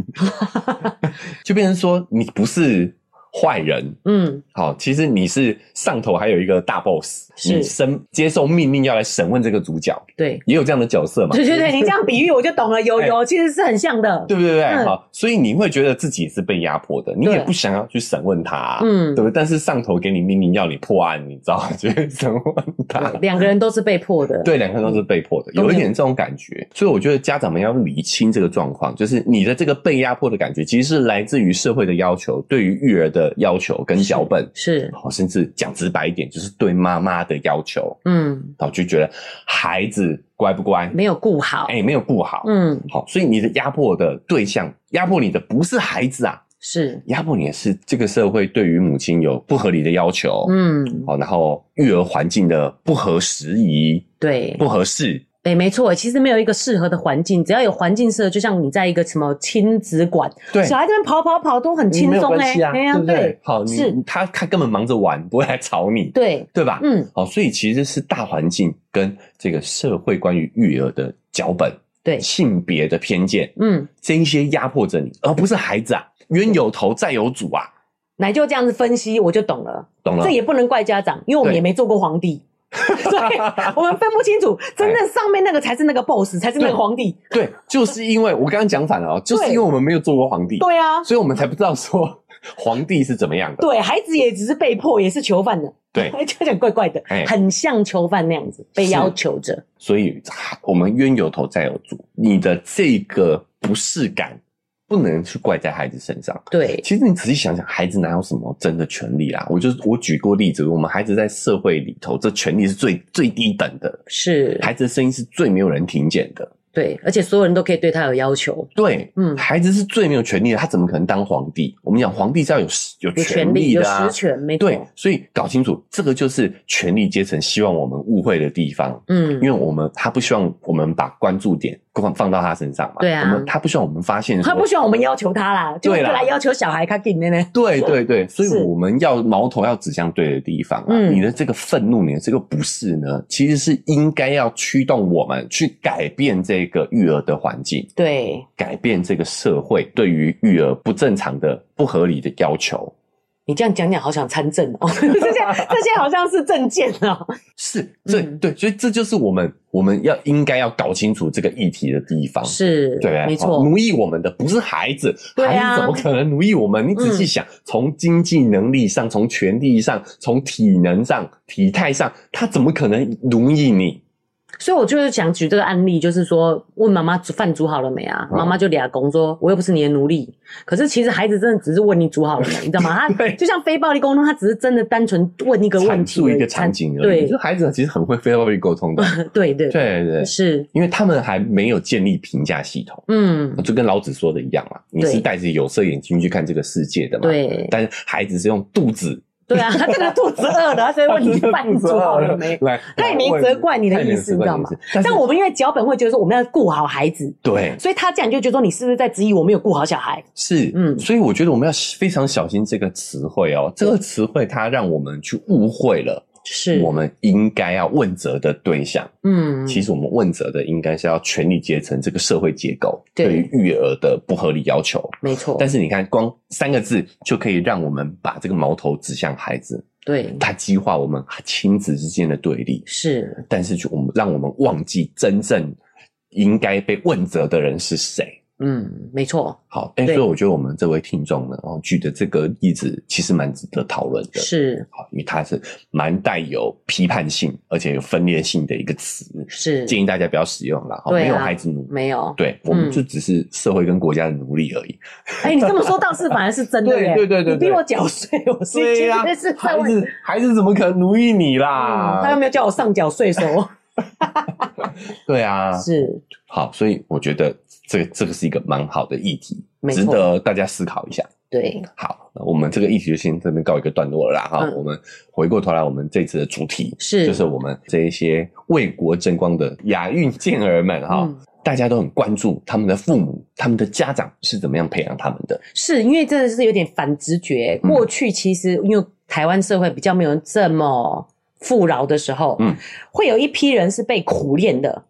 [SPEAKER 3] 就变成说你不是坏人。
[SPEAKER 2] 嗯，
[SPEAKER 3] 好，其实你是上头还有一个大 boss，
[SPEAKER 2] 是
[SPEAKER 3] 你审接受命令要来审问这个主角，
[SPEAKER 2] 对，
[SPEAKER 3] 也有这样的角色嘛？
[SPEAKER 5] 对对 对，你这样比喻我就懂了，有
[SPEAKER 3] 哎
[SPEAKER 5] 有，其实是很像的。
[SPEAKER 3] 对不对？
[SPEAKER 2] 嗯
[SPEAKER 3] 好，所以你会觉得自己也是被压迫的，你也
[SPEAKER 2] 对
[SPEAKER 3] 不想要去审问他、
[SPEAKER 2] 嗯
[SPEAKER 3] 啊对不对？但是上头给你命令要你破案，你知道， 就会审问他。
[SPEAKER 2] 对两个人都是被迫的。，
[SPEAKER 3] 啊对，两个都是被迫的，
[SPEAKER 2] 都没有
[SPEAKER 3] 有一点这种感觉，所以我觉得家长们要理清这个状况，就是你的这个被压迫的感觉，其实是来自于社会的要求，对于育儿的要求跟脚本，
[SPEAKER 2] 是，
[SPEAKER 3] 好，甚至讲直白一点，就是对妈妈的要求，
[SPEAKER 2] 嗯，
[SPEAKER 3] 好，就觉得孩子乖不乖，
[SPEAKER 2] 没有顾好。
[SPEAKER 3] 哎，没有顾好，
[SPEAKER 2] 嗯，
[SPEAKER 3] 好，所以你的压迫的对象，压迫你的不是孩子啊，
[SPEAKER 2] 是，
[SPEAKER 3] 压迫你的是这个社会对于母亲有不合理的要求，
[SPEAKER 2] 嗯，
[SPEAKER 3] 好，然后育儿环境的不合时宜、
[SPEAKER 2] 对。
[SPEAKER 3] 不合适，
[SPEAKER 2] 对，没错，其实没有一个适合的环境，只要有环境适合，就像你在一个什么亲子馆，
[SPEAKER 3] 对，
[SPEAKER 2] 小孩在那边跑跑跑都很轻
[SPEAKER 3] 没有
[SPEAKER 2] 松
[SPEAKER 3] 关
[SPEAKER 2] 哎、
[SPEAKER 3] 系啊，
[SPEAKER 2] 哎
[SPEAKER 3] 对
[SPEAKER 2] 呀
[SPEAKER 3] 不对
[SPEAKER 2] 对？
[SPEAKER 3] 好，你
[SPEAKER 2] 是
[SPEAKER 3] 他他根本忙着玩，不会来吵你，
[SPEAKER 2] 对，
[SPEAKER 3] 对吧？
[SPEAKER 2] 嗯，
[SPEAKER 3] 好，所以其实是大环境跟这个社会关于育儿的脚本、
[SPEAKER 2] 对，
[SPEAKER 3] 性别的偏见，
[SPEAKER 2] 嗯，
[SPEAKER 3] 这一些压迫着你，而不是孩子啊，冤有头债有主啊，
[SPEAKER 2] 奶就这样子分析，我就懂了。
[SPEAKER 3] 懂了
[SPEAKER 2] 这？也不能怪家长，因为我们
[SPEAKER 3] 对
[SPEAKER 2] 也没做过皇帝， 所以我们分不清楚，真 正上面那个才是那个 boss，才是那个皇帝。
[SPEAKER 3] 哎对，就是因为我刚刚讲反了哦，就是因为我们没有做过皇帝，
[SPEAKER 5] 对啊，
[SPEAKER 3] 所以我们才不知道说 皇帝是怎么样的。
[SPEAKER 5] 对孩子也只是被迫，也是囚犯的，
[SPEAKER 3] 对，
[SPEAKER 5] 就讲怪怪的。
[SPEAKER 3] 哎，
[SPEAKER 2] 很像囚犯那样子被
[SPEAKER 3] 是
[SPEAKER 2] 要求着，
[SPEAKER 3] 所以我们冤有头债有主，你的这个不适感不能去怪在孩子身上。
[SPEAKER 6] 对，
[SPEAKER 3] 其实你仔细想想，孩子哪有什么真的权利啊啦？我就是我举过例子，我们孩子在社会里头，这权利是最最低等的，
[SPEAKER 6] 是，
[SPEAKER 3] 孩子的声音是最没有人听见的。
[SPEAKER 6] 对，而且所有人都可以对他有要求，
[SPEAKER 3] 对，
[SPEAKER 6] 嗯
[SPEAKER 3] 孩子是最没有权利的，他怎么可能当皇帝？我们讲皇帝是要有有
[SPEAKER 6] 有
[SPEAKER 3] 权
[SPEAKER 6] 利，
[SPEAKER 3] 利
[SPEAKER 6] 有
[SPEAKER 3] 的啊
[SPEAKER 6] 实，权，没错，
[SPEAKER 3] 对，所以搞清楚，这个就是权力阶层希望我们误会的地方，
[SPEAKER 6] 嗯
[SPEAKER 3] 因，为我们他不希望我们把关注点放放到他身上嘛，
[SPEAKER 6] 对啊
[SPEAKER 3] 我们他不希望我们发现说，
[SPEAKER 2] 他不希望我们要求他啦，就
[SPEAKER 3] 对啦
[SPEAKER 2] 来要求小孩他给你呢。
[SPEAKER 3] 对对对，所以
[SPEAKER 2] 是
[SPEAKER 3] 我们要矛头要指向对的地方啊！
[SPEAKER 6] 嗯
[SPEAKER 3] 你的这个愤怒，你的这个不适呢，其实是应该要驱动我们去改变这个育儿的环境，
[SPEAKER 6] 对，
[SPEAKER 3] 改变这个社会对于育儿不正常的、不合理的要求。
[SPEAKER 6] 你这样讲讲，好想参政哦，
[SPEAKER 2] 这些这些好像是证件哦，
[SPEAKER 3] 是，这、
[SPEAKER 6] 嗯
[SPEAKER 3] 对，所以这就是我们我们要应该要搞清楚这个议题的地方。
[SPEAKER 6] 是，
[SPEAKER 3] 哦对不对，
[SPEAKER 6] 没
[SPEAKER 3] 哦
[SPEAKER 6] 错，
[SPEAKER 3] 奴役我们的不是孩子，
[SPEAKER 6] 对
[SPEAKER 3] 孩
[SPEAKER 6] 啊嗯
[SPEAKER 3] 子怎么可能奴役我们？你仔细想，从经济能力上，从权力上，从体能上、体态上，他怎么可能奴役你？
[SPEAKER 6] 所以我就是想举这个案例，就是说问妈妈煮饭煮好了没啊？
[SPEAKER 3] 嗯
[SPEAKER 6] 妈妈就俩公说，我又不是你的奴隶。可是其实孩子真的只是问你煮好了没，你知道 吗？他
[SPEAKER 3] 对
[SPEAKER 6] 就像非暴力沟通，他只是真的单纯问一个问
[SPEAKER 3] 阐
[SPEAKER 6] 题
[SPEAKER 3] 述
[SPEAKER 6] 而已，
[SPEAKER 3] 一个场景而已。
[SPEAKER 6] 对呃
[SPEAKER 3] 这孩子其实很会非暴力 沟通的，
[SPEAKER 6] 对对
[SPEAKER 3] 对对对，
[SPEAKER 6] 是，
[SPEAKER 3] 因为他们还没有建立评价系统，
[SPEAKER 6] 嗯，
[SPEAKER 3] 就跟老子说的一样嘛，你
[SPEAKER 6] 对
[SPEAKER 3] 是戴着有色眼镜去看这个世界的嘛。，
[SPEAKER 6] 对
[SPEAKER 3] 但是孩子是用肚子，
[SPEAKER 6] 对啊，他真的
[SPEAKER 2] 肚子饿 了，所以问你饭煮好了没？
[SPEAKER 3] 来，
[SPEAKER 2] 他也没
[SPEAKER 3] 来问
[SPEAKER 2] 责怪你的
[SPEAKER 3] 他也没
[SPEAKER 2] 意思
[SPEAKER 3] 责
[SPEAKER 2] 你
[SPEAKER 3] 怪
[SPEAKER 2] 知道
[SPEAKER 3] 的
[SPEAKER 2] 吗
[SPEAKER 3] 意思但是
[SPEAKER 2] 但我们因为脚本会觉得说我们要顾好孩子，
[SPEAKER 3] 对，
[SPEAKER 2] 所以他这样就觉得说你是不是在质疑我没有顾好小孩？
[SPEAKER 3] 是，
[SPEAKER 6] 嗯
[SPEAKER 3] 嗯，所以我觉得我们要非常小心这个词汇哦。这个词汇它让我们去误会了
[SPEAKER 6] 是
[SPEAKER 3] 我们应该要问责的对象。
[SPEAKER 6] 嗯，
[SPEAKER 3] 其实我们问责的应该是要权力阶层这个社会结构
[SPEAKER 6] 对
[SPEAKER 3] 对于育儿的不合理要求。
[SPEAKER 6] 没错，
[SPEAKER 3] 但是你看，光三个字就可以让我们把这个矛头指向孩子，
[SPEAKER 6] 对
[SPEAKER 3] 它激化我们亲子之间的对立。
[SPEAKER 6] 是
[SPEAKER 3] 但是，就我们让我们忘记真正应该被问责的人是谁。
[SPEAKER 6] 嗯，没错
[SPEAKER 3] 好，哎、
[SPEAKER 6] 对
[SPEAKER 3] 所以我觉得我们这位听众呢，哦，举的这个例子其实蛮值得讨论的，
[SPEAKER 6] 是
[SPEAKER 3] 好，因为它是蛮带有批判性，而且有分裂性的一个词，
[SPEAKER 6] 是，
[SPEAKER 3] 建议大家不要使用啦，哦，
[SPEAKER 6] 对啊
[SPEAKER 3] 没有孩子奴，
[SPEAKER 6] 没嗯有。
[SPEAKER 3] 对，我们就只是社会跟国家的奴隶而已。
[SPEAKER 2] 哎，你这么说倒是反而是真的耶，
[SPEAKER 3] 对对对对
[SPEAKER 2] 你逼我缴税，我是其实是在
[SPEAKER 3] 孩
[SPEAKER 2] 为。
[SPEAKER 3] 子孩子怎么可能奴役你
[SPEAKER 2] 嗯，他又
[SPEAKER 3] 啦？
[SPEAKER 2] 没有叫我上缴税收，
[SPEAKER 3] 对啊，
[SPEAKER 6] 是
[SPEAKER 3] 好，所以我觉得这个这个是一个蛮好的议题
[SPEAKER 6] 没，错
[SPEAKER 3] 值得大家思考一下。
[SPEAKER 6] 对，
[SPEAKER 3] 好，那我们这个议题就先这边告一个段落了啦哈。
[SPEAKER 6] 嗯
[SPEAKER 3] 我们回过头来，我们这次的主题
[SPEAKER 6] 是
[SPEAKER 3] 就是我们这一些为国争光的亚运健儿们哈，
[SPEAKER 6] 嗯
[SPEAKER 3] 大家都很关注他们的父母、他们的家长是怎么样培养他们的。
[SPEAKER 6] 是因为真的是有点反直觉。
[SPEAKER 3] 嗯
[SPEAKER 6] 过去其实因为台湾社会比较没有这么富饶的时候，
[SPEAKER 3] 嗯
[SPEAKER 2] 会有一批人是被苦练的。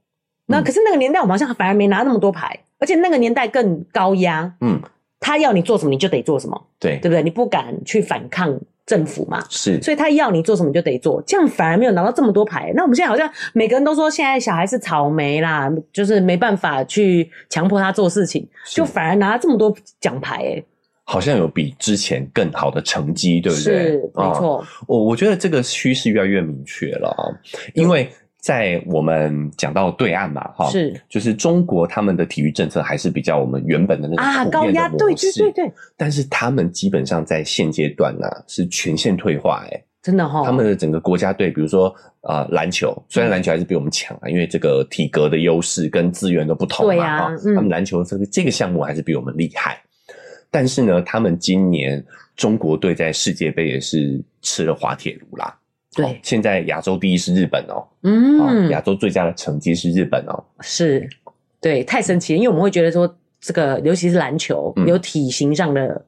[SPEAKER 2] 那可是那个年代，我们好像反而没拿那么多牌，而且那个年代更高压，
[SPEAKER 3] 嗯，
[SPEAKER 2] 他要你做什么你就得做什么，
[SPEAKER 3] 对，
[SPEAKER 2] 对不对？你不敢去反抗政府嘛，
[SPEAKER 3] 是，
[SPEAKER 2] 所以他要你做什么你就得做，这样反而没有拿到这么多牌。那我们现在好像每个人都说现在小孩是草莓啦，就是没办法去强迫他做事情，
[SPEAKER 3] 是
[SPEAKER 2] 就反而拿了这么多奖牌、欸，
[SPEAKER 3] 好像有比之前更好的成绩，对不对？
[SPEAKER 2] 是没
[SPEAKER 3] 哦
[SPEAKER 2] 错，
[SPEAKER 3] 我我觉得这个趋势越来越明确了啊，因为在我们讲到对岸嘛，哈，
[SPEAKER 2] 是
[SPEAKER 3] 就是中国他们的体育政策还是比较我们原本的那种
[SPEAKER 2] 啊，
[SPEAKER 3] 普遍
[SPEAKER 2] 高
[SPEAKER 3] 的
[SPEAKER 2] 压，
[SPEAKER 3] 模
[SPEAKER 2] 对对
[SPEAKER 3] 式
[SPEAKER 2] 对对，
[SPEAKER 3] 但是他们基本上在现阶段呢、是全线退化、欸，
[SPEAKER 2] 真的哈、哦
[SPEAKER 3] 他们的整个国家队，比如说啊、呃篮球，虽然篮球还是比我们强啊，因为这个体格的优势跟资源都不同
[SPEAKER 2] 对
[SPEAKER 3] 嘛，
[SPEAKER 2] 啊
[SPEAKER 3] 哦
[SPEAKER 2] 嗯
[SPEAKER 3] 他们篮球这个这个项目还是比我们厉害。但是呢，他们今年中国队在世界杯也是吃了滑铁卢啦。
[SPEAKER 2] 对
[SPEAKER 3] 哦现在亚洲第一是日本哦，哦
[SPEAKER 2] 嗯，
[SPEAKER 3] 亚、洲最佳的成绩是日本哦，
[SPEAKER 2] 是
[SPEAKER 6] 对，太神奇了，因为我们会觉得说，这个尤其是篮球、
[SPEAKER 3] 嗯
[SPEAKER 6] 有体型上的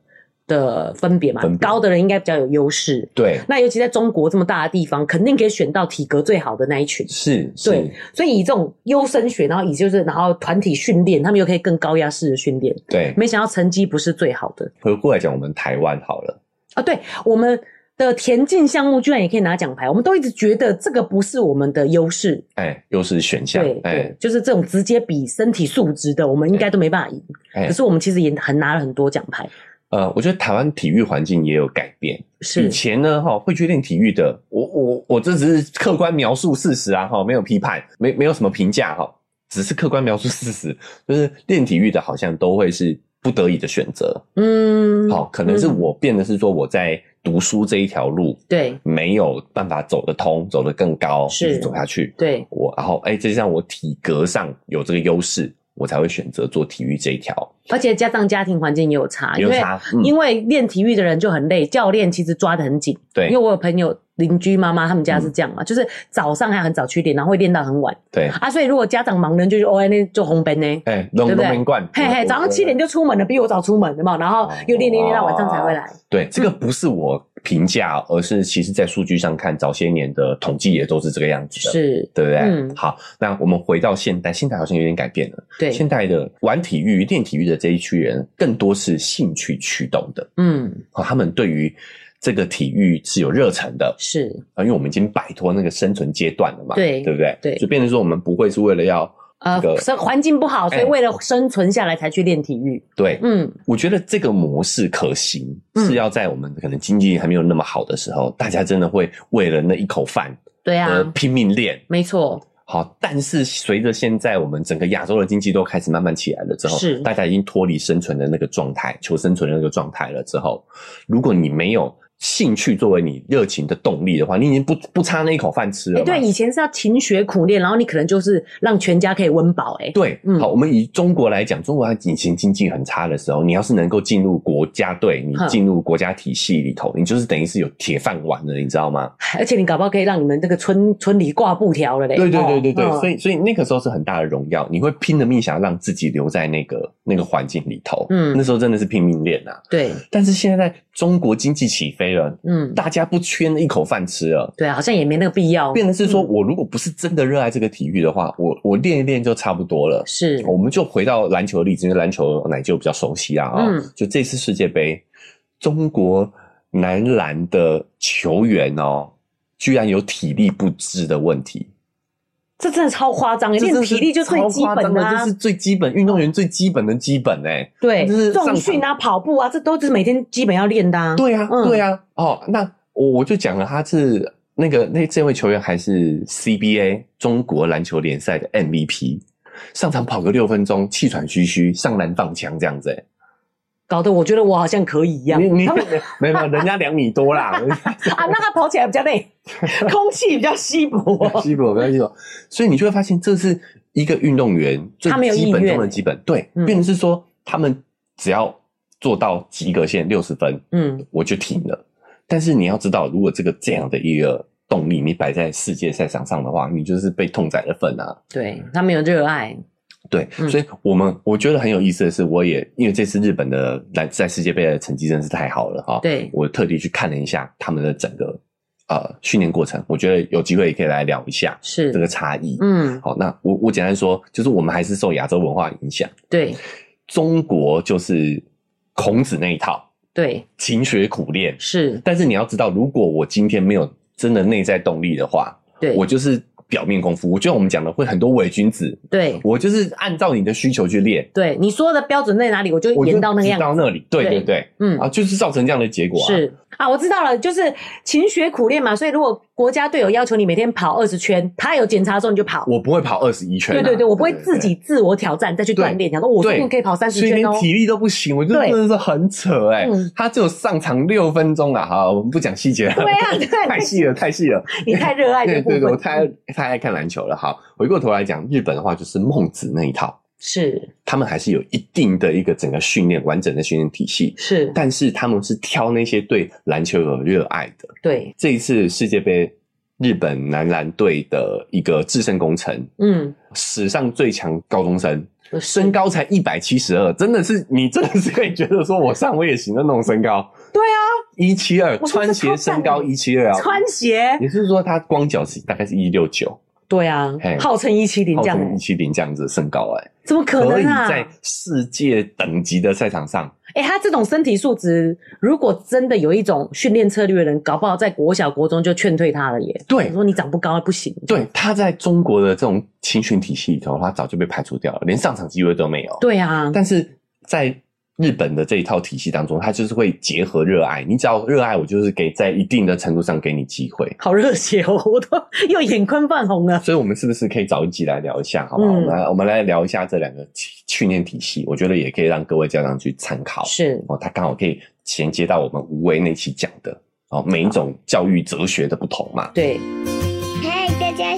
[SPEAKER 6] 的分别嘛，
[SPEAKER 3] 分别
[SPEAKER 6] 高的人应该比较有优势。
[SPEAKER 3] 对，
[SPEAKER 6] 那尤其在中国这么大的地方，肯定可以选到体格最好的那一群。
[SPEAKER 3] 是，是
[SPEAKER 6] 对，所以以这种优生学，然后以就是然后团体训练，他们又可以更高压式的训练。
[SPEAKER 3] 对。
[SPEAKER 6] 没想到成绩不是最好的
[SPEAKER 3] 回过来讲，我们台湾好了，
[SPEAKER 6] 啊！对，我们的田径项目居然也可以拿奖牌，我们都一直觉得这个不是我们的优势。
[SPEAKER 3] 哎，又是选项
[SPEAKER 6] 对，
[SPEAKER 3] 哎
[SPEAKER 6] 对，就是这种直接比身体素质的，我们应该都没办法赢。
[SPEAKER 3] 哎
[SPEAKER 6] 可，是我们其实也很拿了很多奖牌，
[SPEAKER 3] 呃，我觉得台湾体育环境也有改变。以
[SPEAKER 6] 是
[SPEAKER 3] 前呢，哈，会去练体育的，我我我这只是客观描述事实啊，哈，没有批判，没没有什么评价哈，只是客观描述事实。就是练体育的，好像都会是不得已的选择。
[SPEAKER 2] 嗯，
[SPEAKER 3] 好、可能是我变的是说我在读书这一条路
[SPEAKER 2] 对
[SPEAKER 3] 没有办法走得通，走得更高，
[SPEAKER 2] 是
[SPEAKER 3] 一直走下去。
[SPEAKER 2] 对，
[SPEAKER 3] 我然后哎，再加上我体格上有这个优势，我才会选择做体育这一条。
[SPEAKER 2] 而且加上家庭环境也有差，啊因
[SPEAKER 3] 也有
[SPEAKER 2] 为
[SPEAKER 3] 差，嗯，
[SPEAKER 2] 因为练体育的人就很累，教练其实抓得很紧。
[SPEAKER 3] 对
[SPEAKER 2] 因
[SPEAKER 3] 嗯
[SPEAKER 2] 为我有朋友邻居妈妈他们家是这样嘛，就是早上还很早去练，然后会练到很晚
[SPEAKER 3] 对，
[SPEAKER 2] 啊，所以如果家长忙人就是哦，哎那就红本呢。
[SPEAKER 3] 哎，龙
[SPEAKER 2] 对不
[SPEAKER 3] 龙
[SPEAKER 2] 对
[SPEAKER 3] 门冠，
[SPEAKER 2] 嘿嘿，
[SPEAKER 3] 我哦
[SPEAKER 2] 早上七点。就出门了，比我早出门的嘛，然后又练练练到晚上才会来。
[SPEAKER 3] 呃对，这个
[SPEAKER 2] 嗯
[SPEAKER 3] 不是我评价，而是其实在数据上看，早些年的统计也都是这个样子的，
[SPEAKER 2] 是，
[SPEAKER 3] 对不对？
[SPEAKER 2] 嗯
[SPEAKER 3] 好，那我们回到现代，现代好像有点改变了。
[SPEAKER 2] 对，
[SPEAKER 3] 现代的玩体育、练体育的这一群人，更多是兴趣驱动的。
[SPEAKER 2] 嗯，
[SPEAKER 3] 啊，他们对于这个体育是有热忱的
[SPEAKER 2] 是
[SPEAKER 3] 啊，因为我们已经摆脱那个生存阶段了嘛，
[SPEAKER 2] 对
[SPEAKER 3] 对不对？
[SPEAKER 2] 对
[SPEAKER 3] 就变成说我们不会是为了要
[SPEAKER 2] 呃
[SPEAKER 3] 这，个
[SPEAKER 2] 生环境不好，所以
[SPEAKER 3] 哎
[SPEAKER 2] 为了生存下来才去练体育。
[SPEAKER 3] 对，
[SPEAKER 2] 嗯，
[SPEAKER 3] 我觉得这个模式可行，
[SPEAKER 2] 嗯
[SPEAKER 3] 是要在我们可能经济还没有那么好的时候，大家真的会为了那一口饭
[SPEAKER 2] 对啊，
[SPEAKER 3] 而拼命练。
[SPEAKER 2] 没错，
[SPEAKER 3] 好，但是随着现在我们整个亚洲的经济都开始慢慢起来了之后，
[SPEAKER 2] 是
[SPEAKER 3] 大家已经脱离生存的那个状态、求生存的那个状态了之后，如果你没有兴趣作为你热情的动力的话，你已经不不差啊那一口饭吃
[SPEAKER 2] 哎、
[SPEAKER 3] 了嘛。
[SPEAKER 2] 对，以前是要勤学苦练，然后你可能就是让全家可以温饱、哎，
[SPEAKER 3] 对，
[SPEAKER 2] 嗯
[SPEAKER 3] 好，我们以中国来讲，中国它以前经济很差的时候，你要是能够进入国家队，你
[SPEAKER 2] 哼
[SPEAKER 3] 进入国家体系里头，你就是等于是有铁饭碗的，你知道吗？
[SPEAKER 2] 而且你搞不好可以让你们这个村村里挂布条了嘞。
[SPEAKER 3] 对对对对对，
[SPEAKER 2] 哦
[SPEAKER 3] 所以所以那个时候是很大的荣耀，你会拼了命想要让自己留在那个那个环境里头，
[SPEAKER 2] 嗯
[SPEAKER 3] 那时候真的是拼命练啊。
[SPEAKER 2] 对，
[SPEAKER 3] 但是现在中国经济起飞了，
[SPEAKER 2] 嗯，
[SPEAKER 3] 大家不缺那一口饭吃了。
[SPEAKER 2] 对啊，好像也没那个必要。
[SPEAKER 3] 变的是
[SPEAKER 2] 嗯
[SPEAKER 3] 说，我如果不是真的热爱这个体育的话，我我练一练就差不多了。
[SPEAKER 2] 是，
[SPEAKER 3] 我们就回到篮球的例子，因为篮球奶就比较熟悉啊、哦。
[SPEAKER 2] 嗯
[SPEAKER 3] 就这次世界杯，中国男篮的球员哦，居然有体力不支的问题。
[SPEAKER 2] 这真的超夸张、哎
[SPEAKER 3] 这
[SPEAKER 2] 练
[SPEAKER 3] 真是
[SPEAKER 2] 体力就最基
[SPEAKER 3] 超夸张
[SPEAKER 2] 本
[SPEAKER 3] 的，
[SPEAKER 2] 啊，
[SPEAKER 3] 这是最基本运动员最基本的基本哎、
[SPEAKER 2] 对
[SPEAKER 3] 这是，上
[SPEAKER 2] 重训啊、跑步啊，这都是每天基本要练的、啊。
[SPEAKER 3] 对啊，
[SPEAKER 2] 嗯
[SPEAKER 3] 对啊。哦，那我我就讲了，他是那个那这位球员还是 CBA 中国篮球联赛的 MVP。上场跑个六分钟，气喘吁吁，上篮放枪这样子、欸，
[SPEAKER 2] 搞得我觉得我好像可以一样。
[SPEAKER 3] 你你
[SPEAKER 2] 他们
[SPEAKER 3] 没有没有，人家两米多啦，
[SPEAKER 2] 啊，那他跑起来比较 累，空气比较稀薄。
[SPEAKER 3] 西伯不要西伯，所以你就会发现这是一个运动员最
[SPEAKER 2] 他没有意
[SPEAKER 3] 基
[SPEAKER 2] 愿
[SPEAKER 3] 本中的基本，对，
[SPEAKER 2] 嗯
[SPEAKER 3] 变成是说他们只要做到及格线六十分，
[SPEAKER 2] 嗯，
[SPEAKER 3] 我就停了。但是你要知道，如果这个这样的一个动力你摆在世界赛场上的话，你就是被痛宰的份啊。
[SPEAKER 2] 对他没有热爱，
[SPEAKER 3] 对，
[SPEAKER 2] 嗯
[SPEAKER 3] 所以我们我觉得很有意思的是，我也因为这次日本的来在世界杯的成绩真是太好了哈，
[SPEAKER 2] 对
[SPEAKER 3] 我特地去看了一下他们的整个呃训练过程，我觉得有机会也可以来聊一下
[SPEAKER 2] 是
[SPEAKER 3] 这个差异。
[SPEAKER 2] 嗯，
[SPEAKER 3] 好，那我我简单说，就是我们还是受亚洲文化影响，
[SPEAKER 2] 对
[SPEAKER 3] 中国就是孔子那一套，
[SPEAKER 2] 对
[SPEAKER 3] 勤学苦练。
[SPEAKER 2] 是，
[SPEAKER 3] 但是你要知道，如果我今天没有真的内在动力的话，
[SPEAKER 2] 对
[SPEAKER 3] 我就是表面功夫。我就像我们讲的，会很多伪君子，
[SPEAKER 2] 对
[SPEAKER 3] 我就是按照你的需求去练，
[SPEAKER 2] 对，你说的标准在哪里，我就
[SPEAKER 3] 我就
[SPEAKER 2] 演到那个
[SPEAKER 3] 只
[SPEAKER 2] 样
[SPEAKER 3] 到
[SPEAKER 2] 子。
[SPEAKER 3] 那里，对
[SPEAKER 2] 对
[SPEAKER 3] 对对，
[SPEAKER 2] 嗯，
[SPEAKER 3] 啊，就是造成这样的结果啊。
[SPEAKER 2] 是啊，我知道了，就是勤学苦练嘛。所以如果国家队有要求你每天跑二十圈，他有检查的时候你就跑。
[SPEAKER 3] 我不会跑二十一圈啊、
[SPEAKER 2] 对对对，我不会自己自我挑战再去锻炼，想说我说不定可以跑三十
[SPEAKER 3] 所以
[SPEAKER 2] 圈
[SPEAKER 3] 连
[SPEAKER 2] 哦。
[SPEAKER 3] 体力都不行，我就
[SPEAKER 2] 对
[SPEAKER 3] 真的是很扯哎、
[SPEAKER 2] 嗯
[SPEAKER 3] 他只有上场六分钟啊，好，我们不讲细节 了，
[SPEAKER 2] 对 啊对
[SPEAKER 3] 太细了，太细了。
[SPEAKER 2] 你太热爱这
[SPEAKER 3] 对
[SPEAKER 2] 个部分，
[SPEAKER 3] 对对，我太太爱看篮球了。好，回过头来讲日本的话，就是孟子那一套，
[SPEAKER 2] 是
[SPEAKER 3] 他们还是有一定的一个整个训练完整的训练体系，
[SPEAKER 2] 是，
[SPEAKER 3] 但是他们是挑那些对篮球有热爱的。
[SPEAKER 2] 对，
[SPEAKER 3] 这一次世界杯，日本男篮队的一个制胜工程，
[SPEAKER 2] 嗯，
[SPEAKER 3] 史上最强高中生，
[SPEAKER 2] 是
[SPEAKER 3] 身高才一百七十二，真的是你真的是可以觉得说我上我也行的那种身高。
[SPEAKER 2] 对
[SPEAKER 3] 啊，一七二，
[SPEAKER 2] 我说
[SPEAKER 3] 穿
[SPEAKER 2] 这超
[SPEAKER 3] 鞋
[SPEAKER 2] 赞
[SPEAKER 3] 身高一七二啊，
[SPEAKER 2] 穿鞋，
[SPEAKER 3] 也就是说他光脚是大概是一六九，
[SPEAKER 2] 对啊
[SPEAKER 3] 嘿，
[SPEAKER 2] 号称一七零
[SPEAKER 3] 号
[SPEAKER 2] 这样，
[SPEAKER 3] 称一七零这样子的身高、哎，
[SPEAKER 2] 怎么可
[SPEAKER 3] 可以
[SPEAKER 2] 能啊？
[SPEAKER 3] 在世界等级的赛场上，
[SPEAKER 2] 哎、他这种身体素质，如果真的有一种训练策略的人，搞不好在国小、国中就劝退他了耶。
[SPEAKER 3] 对
[SPEAKER 2] 我说你长不高不行。
[SPEAKER 3] 对，他在中国的这种青训体系里头，他早就被排除掉了，连上场机会都没有。
[SPEAKER 2] 对啊，
[SPEAKER 3] 但是在日本的这一套体系当中，它就是会结合热爱，你只要热爱，我就是给在一定的程度上给你机会。
[SPEAKER 2] 好热血哦，我都又眼眶泛红了。
[SPEAKER 3] 所以，我们是不是可以找一集来聊一下，好不好？
[SPEAKER 2] 嗯
[SPEAKER 3] 我们来我们来聊一下这两个球训练体系，我觉得也可以让各位家长去参考。
[SPEAKER 2] 是
[SPEAKER 3] 哦，它刚好可以衔接到我们无为那期讲的哦，每一种教育哲学的不同嘛。
[SPEAKER 2] 对，
[SPEAKER 1] 嗨，大家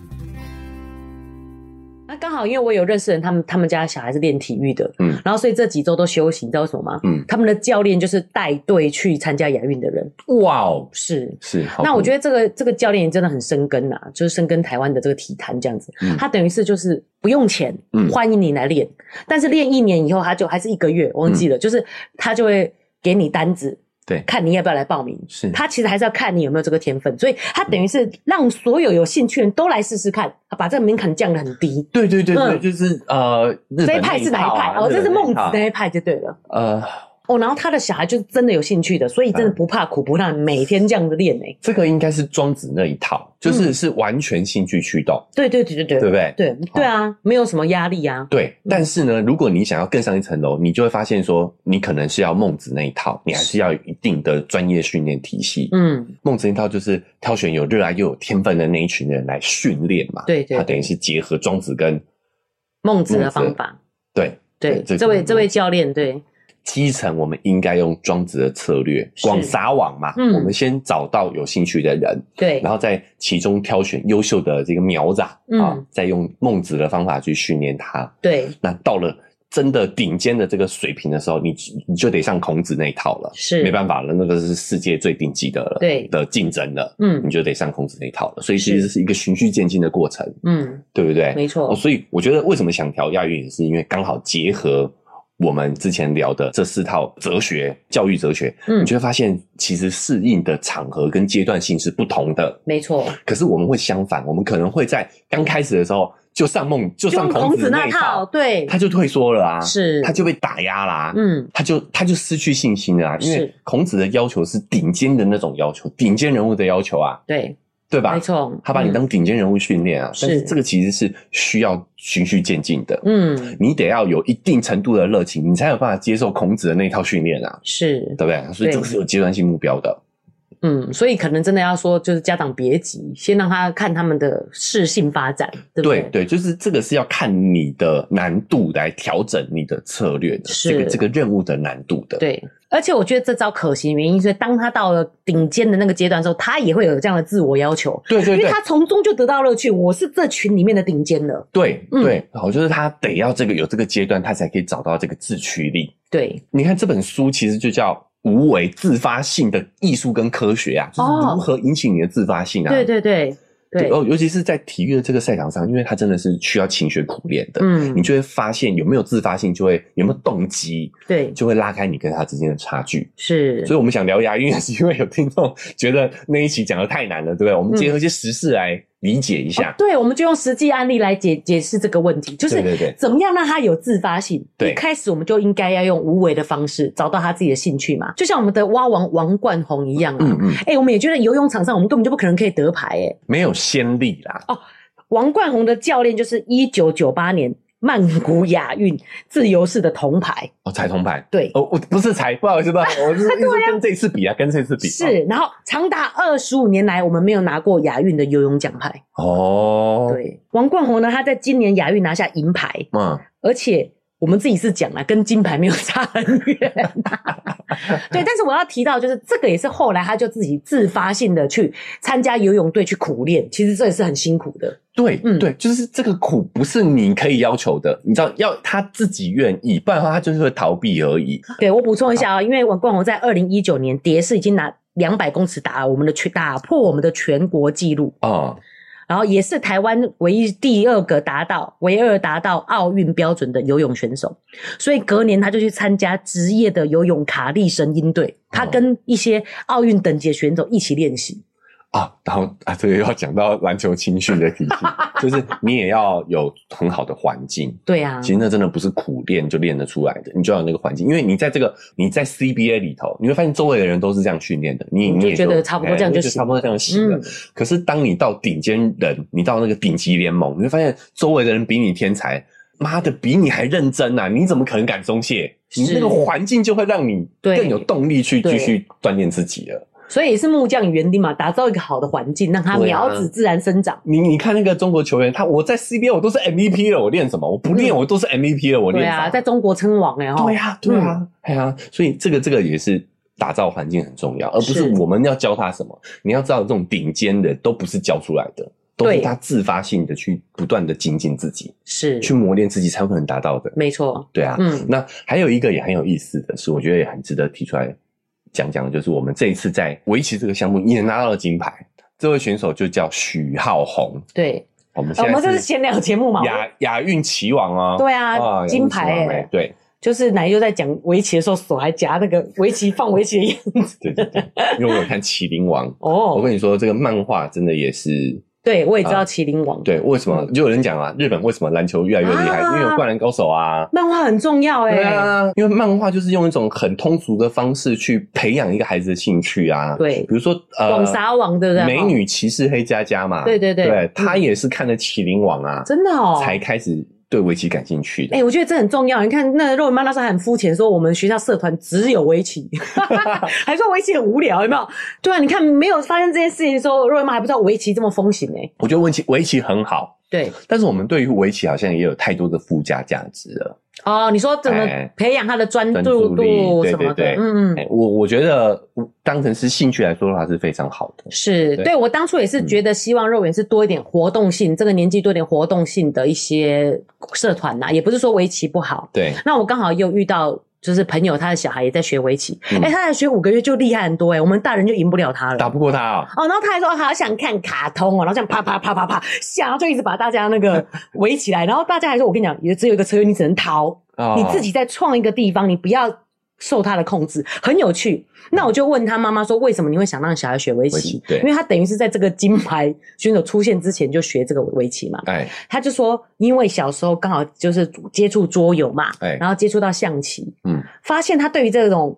[SPEAKER 2] 那刚好，因为我有认识人，他们他们家小孩是练体育的，
[SPEAKER 3] 嗯
[SPEAKER 2] 嗯，然后所以这几周都休息，你知道为什么吗？
[SPEAKER 3] 嗯
[SPEAKER 2] 嗯，他们的教练就是带队去参加亚运的人，
[SPEAKER 3] 哇哦，
[SPEAKER 2] 是。
[SPEAKER 3] 是。
[SPEAKER 2] 那我觉
[SPEAKER 3] 得
[SPEAKER 2] 得这个这个教练也真的很深耕呐、啊，就是深耕台湾的这个体坛这样子。
[SPEAKER 3] 嗯
[SPEAKER 2] 他等于是就是不用钱，
[SPEAKER 3] 嗯
[SPEAKER 2] 欢迎你来练，但是练一年以后，他就还是一个月，忘记了，就是他就会给你单子，
[SPEAKER 3] 嗯对
[SPEAKER 2] 看你要不要来报名。
[SPEAKER 3] 是
[SPEAKER 2] 他其实还是要看你有没有这个天分，所以他等于是让所有有兴趣的人都来试试看，把这个门槛降得很低。
[SPEAKER 3] 对对对对，
[SPEAKER 2] 嗯
[SPEAKER 3] 就是呃，日本
[SPEAKER 2] 这一派是哪
[SPEAKER 3] 套
[SPEAKER 2] 一派？
[SPEAKER 3] 啊
[SPEAKER 2] 哦，这是孟子
[SPEAKER 3] 日本
[SPEAKER 2] 那
[SPEAKER 3] 那一
[SPEAKER 2] 一派就对了。
[SPEAKER 3] 套呃，
[SPEAKER 2] 哦，然后他的小孩就是真的有兴趣的，所以真的不怕苦不怕，每天这样子练欸诶。
[SPEAKER 3] 这个应该是庄子那一
[SPEAKER 2] 嗯
[SPEAKER 3] 套，就是是完全兴趣驱动，
[SPEAKER 2] 对对对对
[SPEAKER 3] 对
[SPEAKER 2] 对
[SPEAKER 3] 不对？
[SPEAKER 2] 对对啊，没有什么压力啊。
[SPEAKER 3] 对，但是呢，如果你想要更上一层楼，你就会发现说，你可能是要孟子那一套，你还是要有一定的专业训练体系。
[SPEAKER 2] 嗯，
[SPEAKER 3] 孟子那一套就是挑选有热爱又有天分的那一群人来训练嘛。
[SPEAKER 2] 对对
[SPEAKER 3] 他等于是结合庄子跟
[SPEAKER 2] 孟子
[SPEAKER 3] 孟
[SPEAKER 2] 的
[SPEAKER 3] 子
[SPEAKER 2] 方法，
[SPEAKER 3] 对
[SPEAKER 2] 对，
[SPEAKER 3] 这个
[SPEAKER 2] 这位这位教练，对，
[SPEAKER 3] 基层，我们应该用庄子的策略，
[SPEAKER 2] 是
[SPEAKER 3] 广撒网嘛。
[SPEAKER 2] 嗯
[SPEAKER 3] 我们先找到有兴趣的人，
[SPEAKER 2] 对
[SPEAKER 3] 然，后在其中挑选优秀的这个苗子啊，
[SPEAKER 2] 嗯
[SPEAKER 3] 啊再用孟子的方法去训练他。
[SPEAKER 2] 对，
[SPEAKER 3] 那到了真的顶尖的这个水平的时候，你你就得上孔子那一套了，
[SPEAKER 2] 是，
[SPEAKER 3] 没办法了，那个是世界最顶级的了，
[SPEAKER 2] 对
[SPEAKER 3] 的竞争了，
[SPEAKER 2] 嗯
[SPEAKER 3] 你就得上孔子那一套了。所以其
[SPEAKER 2] 是
[SPEAKER 3] 实是一个循序渐进的过程，
[SPEAKER 2] 嗯，
[SPEAKER 3] 对不对？
[SPEAKER 2] 没
[SPEAKER 3] 哦，
[SPEAKER 2] 错，
[SPEAKER 3] 所以我觉得为什么想调亚运，也是因为刚好结合我们之前聊的这四套哲学、教育哲学，
[SPEAKER 2] 嗯
[SPEAKER 3] 你就会发现其实适应的场合跟阶段性是不同的。
[SPEAKER 2] 没错，
[SPEAKER 3] 可是我们会相反，我们可能会在刚开始的时候就上孟就上
[SPEAKER 2] 用
[SPEAKER 3] 孔
[SPEAKER 2] 孔
[SPEAKER 3] 子
[SPEAKER 2] 子
[SPEAKER 3] 那
[SPEAKER 2] 那
[SPEAKER 3] 一
[SPEAKER 2] 套，
[SPEAKER 3] 套，
[SPEAKER 2] 对，
[SPEAKER 3] 他就退缩了啊，
[SPEAKER 2] 是
[SPEAKER 3] 他就被打压啦、
[SPEAKER 2] 嗯，
[SPEAKER 3] 他就他就失去信心了啊，因为
[SPEAKER 2] 是
[SPEAKER 3] 孔子的要求是顶尖的那种要求，顶尖人物的要求啊，
[SPEAKER 2] 对，
[SPEAKER 3] 对吧？
[SPEAKER 2] 没，错，嗯
[SPEAKER 3] 他把你当顶尖人物训练啊，
[SPEAKER 2] 是
[SPEAKER 3] 但是这个其实是需要循序渐进的，
[SPEAKER 2] 嗯，嗯，
[SPEAKER 3] 你得要有一定程度的热情，你才有办法接受孔子的那一套训练啊，
[SPEAKER 2] 是，
[SPEAKER 3] 对不对？所以
[SPEAKER 2] 对
[SPEAKER 3] 这个是有阶段性目标的，
[SPEAKER 2] 嗯，所以可能真的要说，就是家长别急，先让他看他们的适性发展，对不
[SPEAKER 3] 对
[SPEAKER 2] 对？
[SPEAKER 3] 对，就是这个是要看你的难度来调整你的策略的，
[SPEAKER 2] 是
[SPEAKER 3] 这个这个任务的难度的，
[SPEAKER 2] 对而且我觉得这招可行的原因，是当他到了顶尖的那个阶段的时候，他也会有这样的自我要求，
[SPEAKER 3] 对对
[SPEAKER 2] 因为
[SPEAKER 3] 对
[SPEAKER 2] 他从中就得到乐趣。我是这群里面的顶尖了，
[SPEAKER 3] 对
[SPEAKER 2] 嗯
[SPEAKER 3] 对，好，就是他得要这个有这个阶段，他才可以找到这个自驱力。
[SPEAKER 2] 对，
[SPEAKER 3] 你看这本书其实就叫《无为自发性的艺术跟科学》啊，就是
[SPEAKER 2] 哦
[SPEAKER 3] 如何引起你的自发性啊。
[SPEAKER 2] 对对对对，
[SPEAKER 3] 哦，尤其是在体育的这个赛场上，因为它真的是需要勤学苦练的，
[SPEAKER 2] 嗯
[SPEAKER 3] 你，就会发现有没有自发性，就会有没有动机，
[SPEAKER 2] 对，
[SPEAKER 3] 就会拉开你跟他之间的差距。
[SPEAKER 2] 是
[SPEAKER 3] 所以我们想聊牙，因为是因为有听众觉得那一期讲的太难了，对不对？我们结合一些实事来理解一下。
[SPEAKER 2] 对，我们就用实际案例来解解释这个问题，就是
[SPEAKER 3] 对对对
[SPEAKER 2] 怎么样让他有自发性。
[SPEAKER 3] 对
[SPEAKER 2] 一开始我们就应该要用无为的方式找到他自己的兴趣嘛，就像我们的蛙王王冠宏一样啊。
[SPEAKER 3] 嗯嗯，
[SPEAKER 2] 哎、我们也觉得游泳场上我们根本就不可能可以得牌哎、
[SPEAKER 3] 没有先例啦，
[SPEAKER 2] 王冠宏的教练就是一九九八年曼谷亚运自由式的铜牌，
[SPEAKER 3] 哦，彩铜牌。
[SPEAKER 2] 对，
[SPEAKER 3] 哦，我不是才，不好意思，不好意思，我就是一直跟这次比啊，跟这次比
[SPEAKER 2] 是。然后长达二十五年来，我们没有拿过亚运的游泳奖牌。
[SPEAKER 3] 哦，，
[SPEAKER 2] 对，王冠宏呢，他在今年亚运拿下银牌，
[SPEAKER 3] 嗯，
[SPEAKER 2] 而且我们自己是讲了，跟金牌没有差很远、对，但是我要提到，就是这个也是后来他就自己自发性的去参加游泳队去苦练，其实这也是很辛苦的。
[SPEAKER 3] 对，
[SPEAKER 2] 嗯
[SPEAKER 3] 对，就是这个苦不是你可以要求的，你知道，要他自己愿意，不然的话他就是会逃避而已。
[SPEAKER 2] 对我补充一下啊、因为王冠宏在二零一九年蝶式已经拿两百公尺打我们的全打破我们的全国纪录，
[SPEAKER 3] 哦，
[SPEAKER 2] 然后也是台湾唯一第二个达到唯二达到奥运标准的游泳选手，所以隔年他就去参加职业
[SPEAKER 3] 哦
[SPEAKER 2] 的游泳卡利神鹰队，他跟一些奥运等级的选手一起练习。
[SPEAKER 3] 啊，然后啊，这个又要讲到篮球青训的 体系，就是你也要有很好的环境。
[SPEAKER 2] 对啊
[SPEAKER 3] 其，实那真的不是苦练就练得出来的，你就要有那个环境，因为你在这个你在 CBA 里头，你会发现周围的人都是这样训练的，你
[SPEAKER 2] 你就
[SPEAKER 3] 你也
[SPEAKER 2] 觉得差不多
[SPEAKER 3] 哎
[SPEAKER 2] 这样
[SPEAKER 3] 你
[SPEAKER 2] 就
[SPEAKER 3] 就
[SPEAKER 2] 行
[SPEAKER 3] 差不多这样行了。
[SPEAKER 2] 嗯
[SPEAKER 3] 可是当你到顶尖人，你到那个顶级联盟，你会发现周围的人比你天才，妈的比你还认真啊！你怎么可能敢松懈？你
[SPEAKER 2] 是
[SPEAKER 3] 那个环境就会让你
[SPEAKER 2] 对
[SPEAKER 3] 更有动力去
[SPEAKER 2] 对
[SPEAKER 3] 继续锻炼自己了。
[SPEAKER 2] 所以也是木匠与园丁嘛，打造一个好的环境，让它
[SPEAKER 3] 对啊
[SPEAKER 2] 苗子自然生长。
[SPEAKER 3] 你你看那个中国球员，他我在 CBA 我都是 MVP 了，我练什么？我不练
[SPEAKER 2] 嗯
[SPEAKER 3] 我都是 MVP 了，我
[SPEAKER 2] 对
[SPEAKER 3] 练啥
[SPEAKER 2] 啊，？在中国称王哎哈。
[SPEAKER 3] 对呀、对呀、哎呀、所以这个这个也是打造环境很重要，而不是
[SPEAKER 2] 是
[SPEAKER 3] 我们要教他什么。你要知道，这种顶尖的都不是教出来的，都是
[SPEAKER 2] 对
[SPEAKER 3] 他自发性的去不断的精进自己，
[SPEAKER 2] 是，
[SPEAKER 3] 去磨练自己才有可能达到的。
[SPEAKER 2] 没错，
[SPEAKER 3] 对啊，
[SPEAKER 2] 嗯
[SPEAKER 3] 那还有一个也很有意思的是，我觉得也很值得提出来讲讲的，就是我们这一次在围棋这个项目也拿到了金牌，这位选手就叫许浩宏。
[SPEAKER 2] 对。呃
[SPEAKER 3] 我们
[SPEAKER 2] 哦我
[SPEAKER 3] 现
[SPEAKER 2] 们这
[SPEAKER 3] 在
[SPEAKER 2] 是闲聊节目嘛，
[SPEAKER 3] 亚亚运棋王哦，
[SPEAKER 2] 对啊
[SPEAKER 3] 哦亚运
[SPEAKER 2] 金牌
[SPEAKER 3] 棋王
[SPEAKER 2] 欸
[SPEAKER 3] 欸对，
[SPEAKER 2] 就是奶就在讲围棋的时候，手还夹那个围棋放围棋的样子。，
[SPEAKER 3] 对对对，因为我有看《麒麟王》我
[SPEAKER 2] 哦，
[SPEAKER 3] 跟你说，这个漫画真的也是
[SPEAKER 2] 对，我也知道麒麟王，，
[SPEAKER 3] 对。为什么就有人讲啊，日本为什么篮球越来越厉害？
[SPEAKER 2] 嗯啊
[SPEAKER 3] 因为有灌篮高手啊。
[SPEAKER 2] 漫画很重要
[SPEAKER 3] 对
[SPEAKER 2] 哎，
[SPEAKER 3] 啊，因为漫画就是用一种很通俗的方式去培养一个孩子的兴趣啊。，
[SPEAKER 2] 对啊
[SPEAKER 3] 比，如说呃，
[SPEAKER 2] 广撒网对不对？
[SPEAKER 3] 美女骑士黑加加嘛，
[SPEAKER 2] 对对对
[SPEAKER 3] 对
[SPEAKER 2] 嗯
[SPEAKER 3] 她也是看了《麒麟王》啊，
[SPEAKER 2] 真的哦，
[SPEAKER 3] 才开始对围棋感兴趣的
[SPEAKER 2] 哎、。我觉得这很重要。你看，那肉圆妈那时候还很肤浅，说我们学校社团只有围 棋，还说围棋很无聊，有没有？对啊，你看没有发生这件事情的时候，肉圆妈还不知道围棋这么风行呢、欸
[SPEAKER 3] 我觉得围棋围棋很好，
[SPEAKER 2] 对，
[SPEAKER 3] 但是我们对于围棋好像也有太多的附加价值了。
[SPEAKER 2] 哦，你说怎么
[SPEAKER 3] 哎
[SPEAKER 2] 培养他的专
[SPEAKER 3] 专
[SPEAKER 2] 注
[SPEAKER 3] 注
[SPEAKER 2] 度
[SPEAKER 3] 力
[SPEAKER 2] 什么的？
[SPEAKER 3] 对对对
[SPEAKER 2] 嗯
[SPEAKER 3] 哎
[SPEAKER 2] 嗯，
[SPEAKER 3] 我我觉得当成是兴趣来说的话是非常好的。
[SPEAKER 2] 是对嗯
[SPEAKER 3] 对
[SPEAKER 2] 我当初也是觉得希望肉圆是多一点活动性，这个年纪多一点活动性的一些社团呐、也不是说围棋不好。
[SPEAKER 3] 对，
[SPEAKER 2] 那我刚好又遇到。就是朋友，他的小孩也在学围棋，哎、
[SPEAKER 3] 嗯
[SPEAKER 2] 他才学五个月就厉害很多哎、我们大人就赢不了他了。
[SPEAKER 3] 打不过他啊、
[SPEAKER 2] 哦，然后他还说好想看卡通哦，然后这样啪啪啪啪啪，吓，然后就一直把大家那 个围起来，然后大家还说，我跟你讲，也只有一个策略，你只能逃，
[SPEAKER 3] 哦
[SPEAKER 2] 你自己再创一个地方，你不要受他的控制，很有趣。那我就问他妈妈说，为什么你会想让小孩学围
[SPEAKER 3] 嗯围
[SPEAKER 2] 棋
[SPEAKER 3] 棋？对
[SPEAKER 2] 因为他等于是在这个金牌选手出现之前就学这个围棋嘛。
[SPEAKER 3] 哎
[SPEAKER 2] 他就说，因为小时候刚好就是接触桌游嘛，
[SPEAKER 3] 哎
[SPEAKER 2] 然后接触到象棋，
[SPEAKER 3] 嗯，
[SPEAKER 2] 发现他对于这种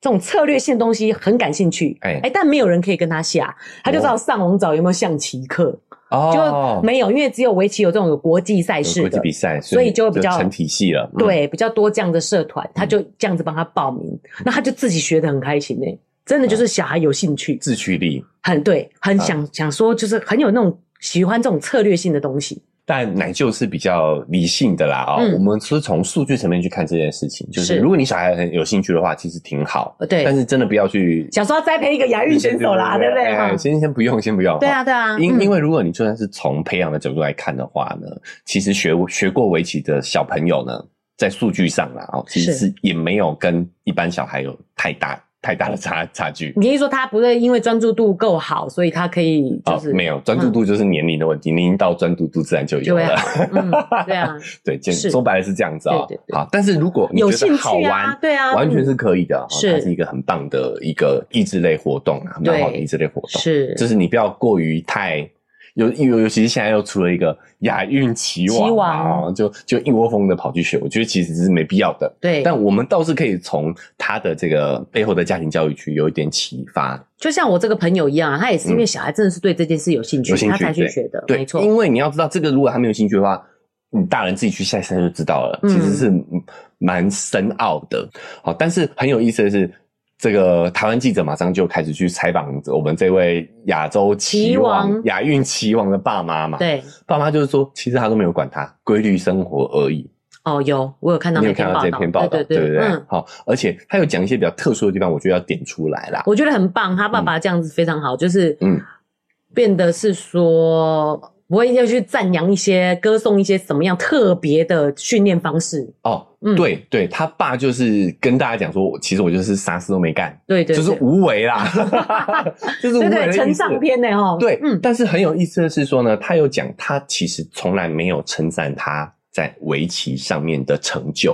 [SPEAKER 2] 这种策略性的东西很感兴趣，哎、
[SPEAKER 3] 哎
[SPEAKER 2] 但没有人可以跟他下，他就只好上网找有没有象棋课，
[SPEAKER 3] 哦
[SPEAKER 2] 就，没有，因为只有围棋有这种有国际赛
[SPEAKER 3] 有
[SPEAKER 2] 事
[SPEAKER 3] 国际
[SPEAKER 2] 的。
[SPEAKER 3] 比赛，
[SPEAKER 2] 所以就会比较
[SPEAKER 3] 成体系了。嗯，嗯
[SPEAKER 2] 对，比较多这样的社团，他就这样子帮他报名，那他就自己学的很开心呢、真的
[SPEAKER 3] 嗯
[SPEAKER 2] 就是小孩有兴趣，
[SPEAKER 3] 自驱力，
[SPEAKER 2] 很对，
[SPEAKER 3] 嗯
[SPEAKER 2] 很想、想说，就是很有那种喜欢这种策略性的东西。
[SPEAKER 3] 但奶舅是比较理性的啦哦。
[SPEAKER 2] 嗯
[SPEAKER 3] 我们是从数据层面去看这件事情，就是
[SPEAKER 2] 是
[SPEAKER 3] 如果你小孩很有兴趣的话，其实挺好，
[SPEAKER 2] 呃对
[SPEAKER 3] 但是真的不要去
[SPEAKER 2] 想说要栽培一个亚运选手啦，对不对？
[SPEAKER 3] 哎
[SPEAKER 2] 哈
[SPEAKER 3] 先先不用，先不用。
[SPEAKER 2] 对啊，对啊，
[SPEAKER 3] 因
[SPEAKER 2] 嗯
[SPEAKER 3] 因为如果你就算是从培养的角度来看的话呢，其实学学过围棋的小朋友呢，在数据上啦，哦，其实
[SPEAKER 2] 是
[SPEAKER 3] 是也没有跟一般小孩有太大太大的差差距。
[SPEAKER 2] 你意思说他不会因为专注度够好，所以他可以就
[SPEAKER 3] 哦
[SPEAKER 2] 是、，嗯
[SPEAKER 3] 没有专注度就是年龄的问题，年龄到专注度自然就
[SPEAKER 2] 就
[SPEAKER 3] 有
[SPEAKER 2] 会
[SPEAKER 3] 了。
[SPEAKER 2] 好，嗯，对啊，
[SPEAKER 3] 对，简
[SPEAKER 2] 是
[SPEAKER 3] 说白了是这样子哦
[SPEAKER 2] 对对。对
[SPEAKER 3] 好，但是如果 你
[SPEAKER 2] 有
[SPEAKER 3] 觉
[SPEAKER 2] 兴
[SPEAKER 3] 得好
[SPEAKER 2] 趣啊
[SPEAKER 3] 玩，，
[SPEAKER 2] 对啊，
[SPEAKER 3] 完全
[SPEAKER 2] 嗯
[SPEAKER 3] 是可以的哦，
[SPEAKER 2] 是
[SPEAKER 3] 它是一个很棒的一个益智类活动啊，蛮好的
[SPEAKER 2] 对
[SPEAKER 3] 益智类活动。
[SPEAKER 2] 是
[SPEAKER 3] 就是你不要过于太。尤尤尤其是现在又出了一个亚运棋
[SPEAKER 2] 棋
[SPEAKER 3] 王啊，
[SPEAKER 2] 王
[SPEAKER 3] 就就一窝蜂的跑去学，我觉得其实是没必要的。
[SPEAKER 2] 对，
[SPEAKER 3] 但我们倒是可以从他的这个背后的家庭教育去有一点启发，
[SPEAKER 2] 就像我这个朋友一样啊，他也是因为小孩真的是对这件事有兴趣，
[SPEAKER 3] 嗯有兴趣
[SPEAKER 2] 他才去
[SPEAKER 3] 对
[SPEAKER 2] 学的，
[SPEAKER 3] 对，
[SPEAKER 2] 没错，
[SPEAKER 3] 因为你要知道，这个如果他没有兴趣的话，你大人自己去下山就知道了，
[SPEAKER 2] 嗯
[SPEAKER 3] 其实是蛮深奥的。好，但是很有意思的是。这个台湾记者马上就开始去采访我们这位亚洲棋
[SPEAKER 2] 棋
[SPEAKER 3] 王
[SPEAKER 2] 王、
[SPEAKER 3] 亚运棋王的爸妈嘛。，
[SPEAKER 2] 对，
[SPEAKER 3] 爸妈就是说，其实他都没有管他，规律生活而已。
[SPEAKER 2] 哦，有我有看到
[SPEAKER 3] 你
[SPEAKER 2] 那
[SPEAKER 3] 有看到这篇报
[SPEAKER 2] 报
[SPEAKER 3] 道，
[SPEAKER 2] 对
[SPEAKER 3] 不
[SPEAKER 2] 对，
[SPEAKER 3] 对
[SPEAKER 2] 嗯，？
[SPEAKER 3] 好，而且他有讲一些比较特殊的地方，我觉得要点出来啦。
[SPEAKER 2] 我觉得很棒，他爸爸这样子非常好，就是嗯
[SPEAKER 3] 嗯，
[SPEAKER 2] 变得是说。不会要去赞扬一些、歌颂一些什么样特别的训练方式？
[SPEAKER 3] 哦，
[SPEAKER 2] 嗯
[SPEAKER 3] 对对，他爸就是跟大家讲说，我其实我就是啥事都没干，
[SPEAKER 2] 对对，
[SPEAKER 3] 就是
[SPEAKER 2] 对
[SPEAKER 3] 无为 啦，就是无
[SPEAKER 2] 对
[SPEAKER 3] 为
[SPEAKER 2] 对，
[SPEAKER 3] 的
[SPEAKER 2] 成
[SPEAKER 3] 意思
[SPEAKER 2] 上。篇呢，哈，
[SPEAKER 3] 对，
[SPEAKER 2] 嗯，
[SPEAKER 3] 但是很有意思的是说呢，他有讲他其实从来没有称赞他在围棋上面的成就，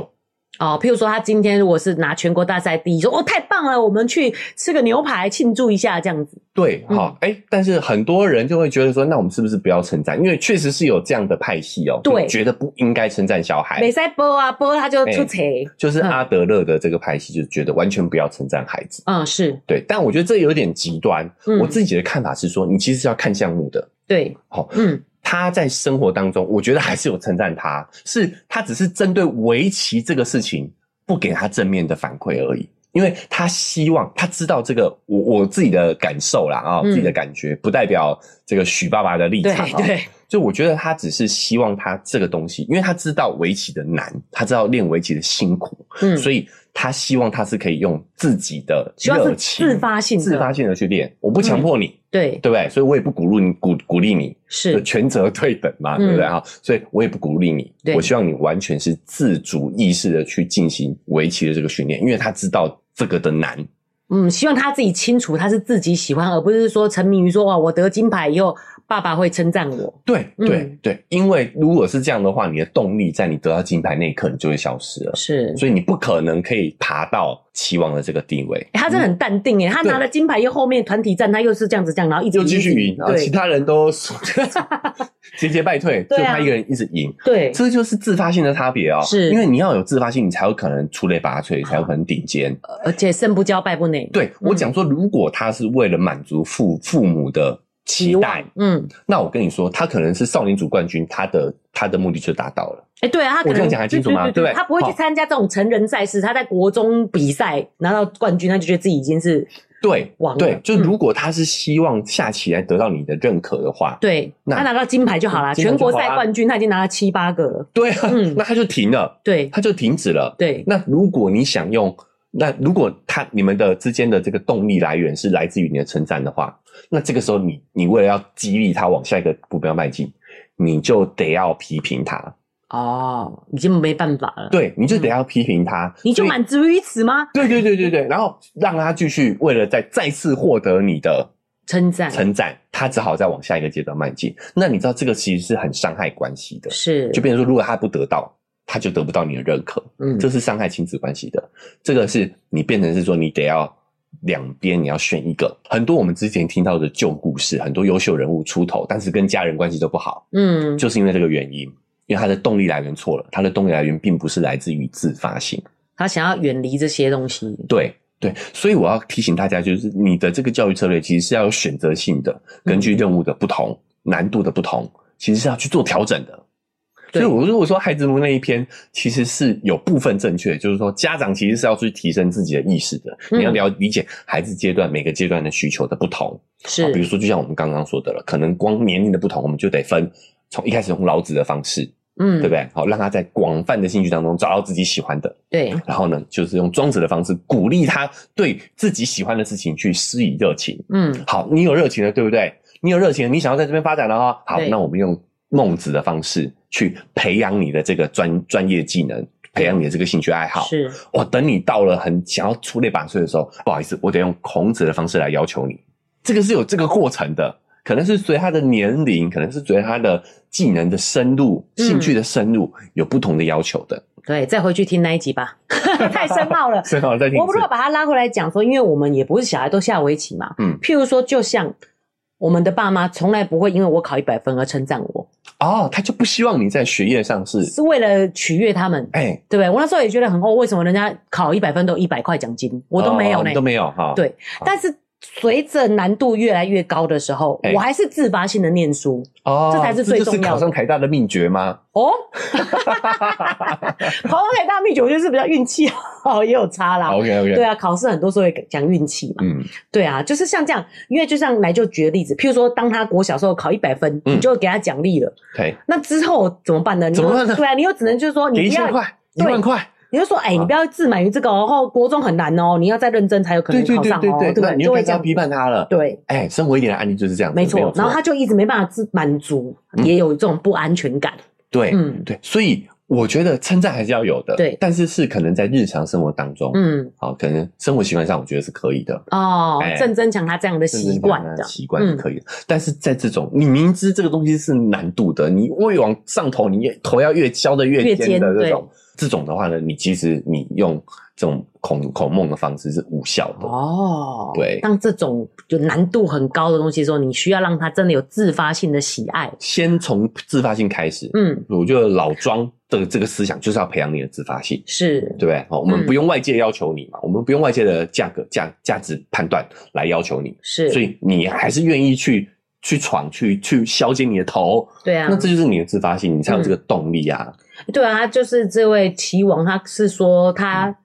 [SPEAKER 2] 哦，譬如说他今天如果是拿全国大赛第一，说哦太棒了，我们去吃个牛排庆祝一下这样子。
[SPEAKER 3] 对，好、哎、但是很多人就会觉得说，那我们是不是不要称赞？因为确实是有这样的派系哦，
[SPEAKER 2] 对
[SPEAKER 3] 就觉得不应该称赞小孩
[SPEAKER 2] 美。赛波啊波他就
[SPEAKER 3] 哎
[SPEAKER 2] 出彩，
[SPEAKER 3] 就是阿德勒的这个派系，就是觉得完全不要称赞孩子。
[SPEAKER 2] 嗯，是
[SPEAKER 3] 对，但我觉得这有点极端。
[SPEAKER 2] 嗯
[SPEAKER 3] 我自己的看法是说，你其实是要看项目的。
[SPEAKER 2] 对，
[SPEAKER 3] 好、
[SPEAKER 2] 嗯
[SPEAKER 3] 他在生活当中，我觉得还是有称赞他，是他只是针对围棋这个事情不给他正面的反馈而已，因为他希望他知道这个我我自己的感受啦啊、
[SPEAKER 2] 嗯
[SPEAKER 3] 自己的感觉不代表这个许爸爸的立
[SPEAKER 2] 对
[SPEAKER 3] 场啊、
[SPEAKER 2] 对，
[SPEAKER 3] 就我觉得他只是希望他这个东西，因为他知道围棋的难，他知道练围棋的辛苦，
[SPEAKER 2] 嗯，
[SPEAKER 3] 所以他希望他是可以用自己的
[SPEAKER 2] 主要
[SPEAKER 3] 热
[SPEAKER 2] 是
[SPEAKER 3] 情
[SPEAKER 2] 自发性的，嗯
[SPEAKER 3] 自发性的去练，我不强迫你，
[SPEAKER 2] 对
[SPEAKER 3] 对不对？所以我也不鼓励你鼓鼓励你。就是权责对等嘛，对不对啊？所以我也不鼓励你
[SPEAKER 2] 嗯对，
[SPEAKER 3] 我希望你完全是自主意识的去进行围棋的这个训练，因为他知道这个的难。
[SPEAKER 2] 嗯，希望他自己清楚他是自己喜欢，而不是说沉迷于说哇我得金牌以后爸爸会称赞我。
[SPEAKER 3] 对
[SPEAKER 2] 嗯
[SPEAKER 3] 对、对，因为如果是这样的话，你的动力在你得到金牌那一刻你就会消失了，
[SPEAKER 2] 是，
[SPEAKER 3] 所以你不可能可以爬到棋王的这个地位。
[SPEAKER 2] 欸他真的很淡定耶，他拿了金牌又后面团体战，他又是这样子这样，然后一直
[SPEAKER 3] 又继续
[SPEAKER 2] 一直
[SPEAKER 3] 赢，然后啊其他人 都节节败退，就
[SPEAKER 2] 对啊
[SPEAKER 3] 他一个人一直赢。
[SPEAKER 2] 对对，
[SPEAKER 3] 这就是自发性的差别哦，
[SPEAKER 2] 是
[SPEAKER 3] 因为你要有自发性，你才有可能出类拔萃，才有可能顶尖。
[SPEAKER 2] 而且胜不骄败不馁，
[SPEAKER 3] 对我讲说，如果他是为了满足父父母的期待，
[SPEAKER 2] 嗯，
[SPEAKER 3] 那我跟你说，他可能是少年组冠军，他的他的目的就达到了。
[SPEAKER 2] 哎，对啊，他可
[SPEAKER 3] 我这
[SPEAKER 2] 能
[SPEAKER 3] 样讲还清楚吗对不对
[SPEAKER 2] 他不会去
[SPEAKER 3] 好
[SPEAKER 2] 参加这种成人赛事，他在国中比赛拿到冠军，他就觉得自己已经是
[SPEAKER 3] 对
[SPEAKER 2] 忘了
[SPEAKER 3] 对，
[SPEAKER 2] 嗯
[SPEAKER 3] 就如果他是希望下棋来得到你的认可的话，
[SPEAKER 2] 对，
[SPEAKER 3] 那
[SPEAKER 2] 他拿到金牌就好啦，
[SPEAKER 3] 金牌
[SPEAKER 2] 全
[SPEAKER 3] 就好
[SPEAKER 2] 国
[SPEAKER 3] 啦
[SPEAKER 2] 赛冠军他已经拿了七八个了，
[SPEAKER 3] 对啊，
[SPEAKER 2] 嗯
[SPEAKER 3] 那他就停了，
[SPEAKER 2] 对
[SPEAKER 3] 他就停止了。
[SPEAKER 2] 对，
[SPEAKER 3] 那如果你想用，那如果他你们的之间的这个动力来源是来自于你的称赞的话，那这个时候你你为了要激励他往下一个目标迈进，你就得要批评他，
[SPEAKER 2] 哦，已经没办法了，，
[SPEAKER 3] 对，你就得要批评他，
[SPEAKER 2] 嗯你就
[SPEAKER 3] 所以
[SPEAKER 2] 满足于此吗？
[SPEAKER 3] 对对对对对，然后让他继续为了再再次获得你的
[SPEAKER 2] 称赞
[SPEAKER 3] 称赞，他只好再往下一个阶段迈进。那你知道这个其实是很伤害关系的，
[SPEAKER 2] 是，
[SPEAKER 3] 就变成说，如果他不得到，他就得不到你的认可，
[SPEAKER 2] 嗯
[SPEAKER 3] 这是伤害亲子关系的。这个是你变成是说，你得要两边你要选一个。很多我们之前听到的旧故事，很多优秀人物出头，但是跟家人关系都不好，
[SPEAKER 2] 嗯，
[SPEAKER 3] 就是因为这个原因。因为他的动力来源错了，他的动力来源并不是来自于自发性。
[SPEAKER 2] 他想要远离这些东西，
[SPEAKER 3] 对对，所以我要提醒大家，就是你的这个教育策略其实是要有选择性的，根
[SPEAKER 2] 嗯
[SPEAKER 3] 据任务的不同、难度的不同，其实是要去做调整的。
[SPEAKER 2] 对
[SPEAKER 3] 所以，我如果说孩子奴那一篇其实是有部分正确，就是说家长其实是要去提升自己的意识的，你要
[SPEAKER 2] 嗯
[SPEAKER 3] 了理解孩子阶段每个阶段的需求的不同。啊
[SPEAKER 2] 是
[SPEAKER 3] 比如说就像我们刚刚说的了，可能光年龄的不同，我们就得分从一开始用老子的方式，
[SPEAKER 2] 嗯，
[SPEAKER 3] 对不对？好，让他在广泛的兴趣当中找到自己喜欢的。
[SPEAKER 2] 对？
[SPEAKER 3] 然后呢，就是用庄子的方式鼓励他对自己喜欢的事情去施以热情。
[SPEAKER 2] 嗯，
[SPEAKER 3] 好，你有热情了，对不对？你有热情，你想要在这边发展了哈。好
[SPEAKER 2] 对，
[SPEAKER 3] 那我们用孟子的方式去培养你的这个专专业技能，培养你的这个兴趣爱好。
[SPEAKER 2] 是，
[SPEAKER 3] 哇，等你到了很想要出类拔萃的时候，不好意思，我得用孔子的方式来要求你。这个是有这个过程的，可能是随他的年龄，可能是随他的技能的深入、
[SPEAKER 2] 嗯
[SPEAKER 3] 兴趣的深入，有不同的要求的。
[SPEAKER 2] 对，再回去听那一集吧， 太深奥 了。
[SPEAKER 3] 所以好，再听一
[SPEAKER 2] 我不
[SPEAKER 3] 次
[SPEAKER 2] 如。把它拉回来讲说，因为我们也不是小孩都下围棋嘛。
[SPEAKER 3] 嗯
[SPEAKER 2] 譬如说，就像我们的爸妈从来不会因为我考一百分而称赞我，
[SPEAKER 3] 哦，他就不希望你在学业上是，
[SPEAKER 2] 是为了取悦他们，
[SPEAKER 3] 哎、
[SPEAKER 2] 对不对？我那时候也觉得很哦，为什么人家考一百分都有一百块奖金，我都没有
[SPEAKER 3] 哦
[SPEAKER 2] 呢
[SPEAKER 3] 你？都没有哈。
[SPEAKER 2] 对，但是。随着难度越来越高的时候，
[SPEAKER 3] 哎
[SPEAKER 2] 我还是自发性的念书
[SPEAKER 3] 哦，
[SPEAKER 2] 这才是最重要的
[SPEAKER 3] 这就是考上台大的秘诀吗？
[SPEAKER 2] 哦。考上台大秘诀，我觉得是比较运气好，也有差啦。
[SPEAKER 3] o k OK，
[SPEAKER 2] 对啊，考试很多时候也讲运气嘛。
[SPEAKER 3] 嗯，
[SPEAKER 2] 对啊，就是像这样，因为就像来就举个例子，譬如说，当他国小时候考一百分，
[SPEAKER 3] 嗯
[SPEAKER 2] 你就给他奖励了。
[SPEAKER 3] 对，
[SPEAKER 2] 那之后怎么办呢？你
[SPEAKER 3] 怎么办呢
[SPEAKER 2] 对啊，你又只能就是说，
[SPEAKER 3] 给
[SPEAKER 2] 你
[SPEAKER 3] 一
[SPEAKER 2] 不要
[SPEAKER 3] 千，块，一
[SPEAKER 2] 对
[SPEAKER 3] 万块，
[SPEAKER 2] 你就说，哎、
[SPEAKER 3] 啊
[SPEAKER 2] 你不要自满于这个哦，哦国中很难哦，你要再认真才有可
[SPEAKER 3] 对
[SPEAKER 2] 能
[SPEAKER 3] 对
[SPEAKER 2] 考
[SPEAKER 3] 对
[SPEAKER 2] 上哦，
[SPEAKER 3] 对对，
[SPEAKER 2] 不
[SPEAKER 3] 那
[SPEAKER 2] 对？
[SPEAKER 3] 你
[SPEAKER 2] 就
[SPEAKER 3] 就
[SPEAKER 2] 会
[SPEAKER 3] 开
[SPEAKER 2] 这
[SPEAKER 3] 始要
[SPEAKER 2] 样
[SPEAKER 3] 批判他了。
[SPEAKER 2] 对。
[SPEAKER 3] 哎、生活一点的案例就是这样子，
[SPEAKER 2] 没
[SPEAKER 3] 有
[SPEAKER 2] 错，然后他就一直没办法自满足，
[SPEAKER 3] 嗯
[SPEAKER 2] 也有这种不安全感。
[SPEAKER 3] 对、
[SPEAKER 2] 嗯
[SPEAKER 3] 对，所以我觉得称赞还是要有的，
[SPEAKER 2] 对
[SPEAKER 3] 但是是可能在日常生活当中，
[SPEAKER 2] 嗯，
[SPEAKER 3] 好、可能生活习惯上，我觉得是可以的。
[SPEAKER 2] 哦，
[SPEAKER 3] 哎
[SPEAKER 2] 正增强他这样的嗯习惯
[SPEAKER 3] 甚至你把它
[SPEAKER 2] 的。
[SPEAKER 3] 习惯是可以的。但是在这种你明知这个东西是难度的，你越往上头，你越头要越削的
[SPEAKER 2] 越
[SPEAKER 3] 越尖
[SPEAKER 2] 尖
[SPEAKER 3] 的这
[SPEAKER 2] 对
[SPEAKER 3] 种，这种的话呢，你其实你用这种孔孔孟的方式是无效的。
[SPEAKER 2] 哦，
[SPEAKER 3] 对
[SPEAKER 2] 当这种就难度很高的东西的时候，你需要让他真的有自发性的喜爱。
[SPEAKER 3] 先从自发性开始，
[SPEAKER 2] 嗯，
[SPEAKER 3] 我觉得老庄的这个思想就是要培养你的自发性，
[SPEAKER 2] 是
[SPEAKER 3] 对不对？好，我们
[SPEAKER 2] 嗯
[SPEAKER 3] 不用外界要求你嘛，我们不用外界的价格价价值判断来要求你，
[SPEAKER 2] 是，
[SPEAKER 3] 所以你还是愿意去去闯，去去削尖你的头，
[SPEAKER 2] 对啊
[SPEAKER 3] 那，这就是你的自发性，你才有
[SPEAKER 2] 嗯
[SPEAKER 3] 这个动力啊。
[SPEAKER 2] 对啊，他就是这位棋王，他是说
[SPEAKER 3] 嗯
[SPEAKER 2] 他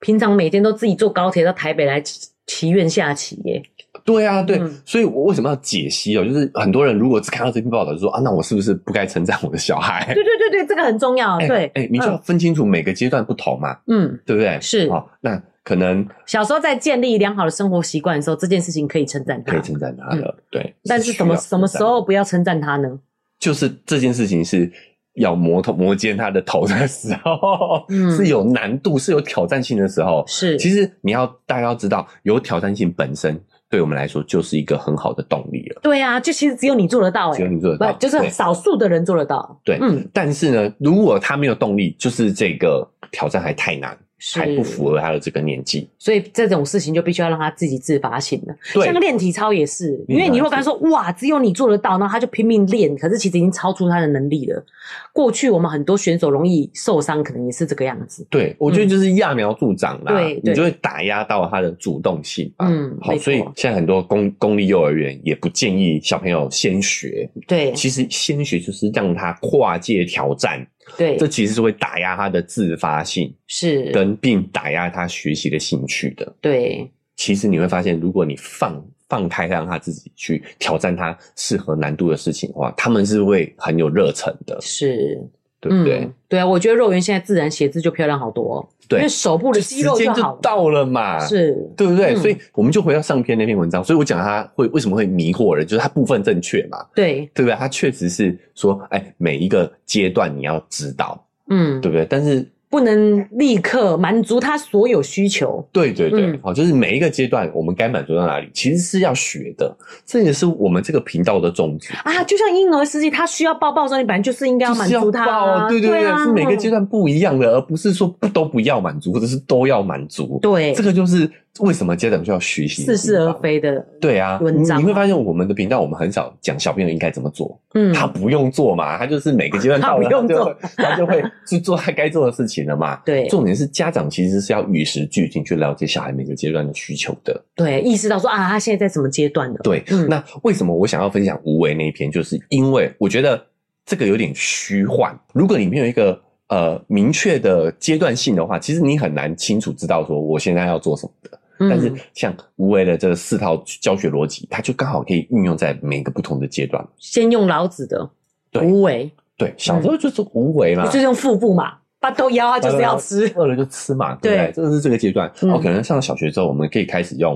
[SPEAKER 2] 平常每天都自己坐高铁到台北来棋棋院下棋耶。
[SPEAKER 3] 对啊，对，
[SPEAKER 2] 嗯
[SPEAKER 3] 所以我为什么要解析哦？就是很多人如果只看到这篇报道，就说啊，那我是不是不该称赞我的小孩？
[SPEAKER 2] 对对对对，这个很重要。
[SPEAKER 3] 哎
[SPEAKER 2] 对，
[SPEAKER 3] 哎、你就要分清楚每个阶段不同嘛，
[SPEAKER 2] 嗯，
[SPEAKER 3] 对不对？
[SPEAKER 2] 是
[SPEAKER 3] 好、那可能
[SPEAKER 2] 小时候在建立良好的生活习惯的时候，这件事情可以称赞
[SPEAKER 3] 可以
[SPEAKER 2] 他，
[SPEAKER 3] 称赞他的，对。
[SPEAKER 2] 嗯但是
[SPEAKER 3] 需
[SPEAKER 2] 什
[SPEAKER 3] 要
[SPEAKER 2] 么
[SPEAKER 3] 称赞
[SPEAKER 2] 什么时候不要称赞他呢？
[SPEAKER 3] 就是这件事情是要磨头磨尖他的头的时候，
[SPEAKER 2] 嗯
[SPEAKER 3] 是有难度、是有挑战性的时候。
[SPEAKER 2] 是，
[SPEAKER 3] 其实你要大家要知道，有挑战性本身对我们来说就是一个很好的动力了。
[SPEAKER 2] 对啊，就其实只有你做得到
[SPEAKER 3] 只有
[SPEAKER 2] 哎，
[SPEAKER 3] 你做得到，
[SPEAKER 2] 不就是
[SPEAKER 3] 对
[SPEAKER 2] 少数的人做得到。
[SPEAKER 3] 对
[SPEAKER 2] 嗯，
[SPEAKER 3] 但是呢，如果他没有动力，就是这个挑战还太难，
[SPEAKER 2] 是
[SPEAKER 3] 还不符合他的这个年纪。
[SPEAKER 2] 所以这种事情就必须要让他自己自发性的。
[SPEAKER 3] 对
[SPEAKER 2] 像个练体操也是，因为
[SPEAKER 3] 嗯
[SPEAKER 2] 你如果跟他说哇，只有你做得到，然后他就拼命练，可是其实已经超出他的能力了。过去我们很多选手容易受伤，可能也是这个样子。
[SPEAKER 3] 对，我觉得就是揠苗助长啦，
[SPEAKER 2] 嗯对对
[SPEAKER 3] 你就会打压到他的主动性吧。
[SPEAKER 2] 嗯
[SPEAKER 3] 好，
[SPEAKER 2] 没错
[SPEAKER 3] 所以现在很多公公立幼儿园也不建议小朋友先学，
[SPEAKER 2] 对
[SPEAKER 3] 其实先学就是让他跨界挑战，
[SPEAKER 2] 对
[SPEAKER 3] 这，其实是会打压他的自发性，
[SPEAKER 2] 是，
[SPEAKER 3] 跟并打压他学习的兴趣的。
[SPEAKER 2] 对，
[SPEAKER 3] 其实你会发现，如果你放放开让他自己去挑战他适合难度的事情的话，他们是会很有热忱的，
[SPEAKER 2] 是，
[SPEAKER 3] 对不对？
[SPEAKER 2] 嗯？对啊，我觉得肉圆现在自然写字就漂亮好多、哦，
[SPEAKER 3] 对
[SPEAKER 2] 因为手部的肌肉
[SPEAKER 3] 时间
[SPEAKER 2] 好
[SPEAKER 3] 就到了嘛，，
[SPEAKER 2] 是，
[SPEAKER 3] 对不对？
[SPEAKER 2] 嗯
[SPEAKER 3] 所以我们就回到上篇那篇文章，所以我讲他会为什么会迷惑人，就是他部分正确嘛，
[SPEAKER 2] 对，
[SPEAKER 3] 对不对？他确实是说，哎，每一个阶段你要知道，
[SPEAKER 2] 嗯，
[SPEAKER 3] 对不对？但是
[SPEAKER 2] 不能立刻满足他所有需求，
[SPEAKER 3] 对对对，
[SPEAKER 2] 嗯
[SPEAKER 3] 好、就是每一个阶段我们该满足到哪里，其实是要学的，这也是我们这个频道的宗旨。
[SPEAKER 2] 啊，就像婴儿时期，他需要抱抱的时候，你本来就是应该
[SPEAKER 3] 就
[SPEAKER 2] 满
[SPEAKER 3] 是要
[SPEAKER 2] 足他、
[SPEAKER 3] 抱
[SPEAKER 2] 啊，
[SPEAKER 3] 对对
[SPEAKER 2] 对
[SPEAKER 3] 对，
[SPEAKER 2] 啊
[SPEAKER 3] 是每个阶段不一样的，而不是说不都不要满足，或者是都要满足。
[SPEAKER 2] 对
[SPEAKER 3] 这个就是为什么家长需要学习的
[SPEAKER 2] 似是
[SPEAKER 3] 地
[SPEAKER 2] 而
[SPEAKER 3] 方。
[SPEAKER 2] 非的，
[SPEAKER 3] 对啊，
[SPEAKER 2] 文
[SPEAKER 3] 你
[SPEAKER 2] 章
[SPEAKER 3] 你会发现我们的频道我们很少讲小朋友应该怎么做，
[SPEAKER 2] 嗯，
[SPEAKER 3] 他不用做嘛，他就是每个阶段
[SPEAKER 2] 他
[SPEAKER 3] 到了
[SPEAKER 2] 不用
[SPEAKER 3] 就
[SPEAKER 2] 做
[SPEAKER 3] 会，他就会去做他该做的事情了嘛。
[SPEAKER 2] 对
[SPEAKER 3] 重点是家长其实是要与时俱进去了解小孩每个阶段的需求的。
[SPEAKER 2] 对，意识到说啊，他现在在什么阶段了，
[SPEAKER 3] 对，
[SPEAKER 2] 嗯
[SPEAKER 3] 那为什么我想要分享无为那一篇？就是因为我觉得这个有点虚幻。如果你没有一个呃明确的阶段性的话，其实你很难清楚知道说我现在要做什么的。
[SPEAKER 2] 嗯，
[SPEAKER 3] 但是像无为的这四套教学逻辑，它就刚好可以运用在每个不同的阶段。
[SPEAKER 2] 先用老子的
[SPEAKER 3] 对啊
[SPEAKER 2] 无为，
[SPEAKER 3] 对，小时候就是无为嘛，
[SPEAKER 2] 嗯就是用腹部嘛，把豆腰啊，就是要吃，
[SPEAKER 3] 饿了就吃嘛，对不对？
[SPEAKER 2] 对
[SPEAKER 3] 这个是这个阶段。
[SPEAKER 2] 嗯
[SPEAKER 3] 哦，可能上了小学之后，我们可以开始用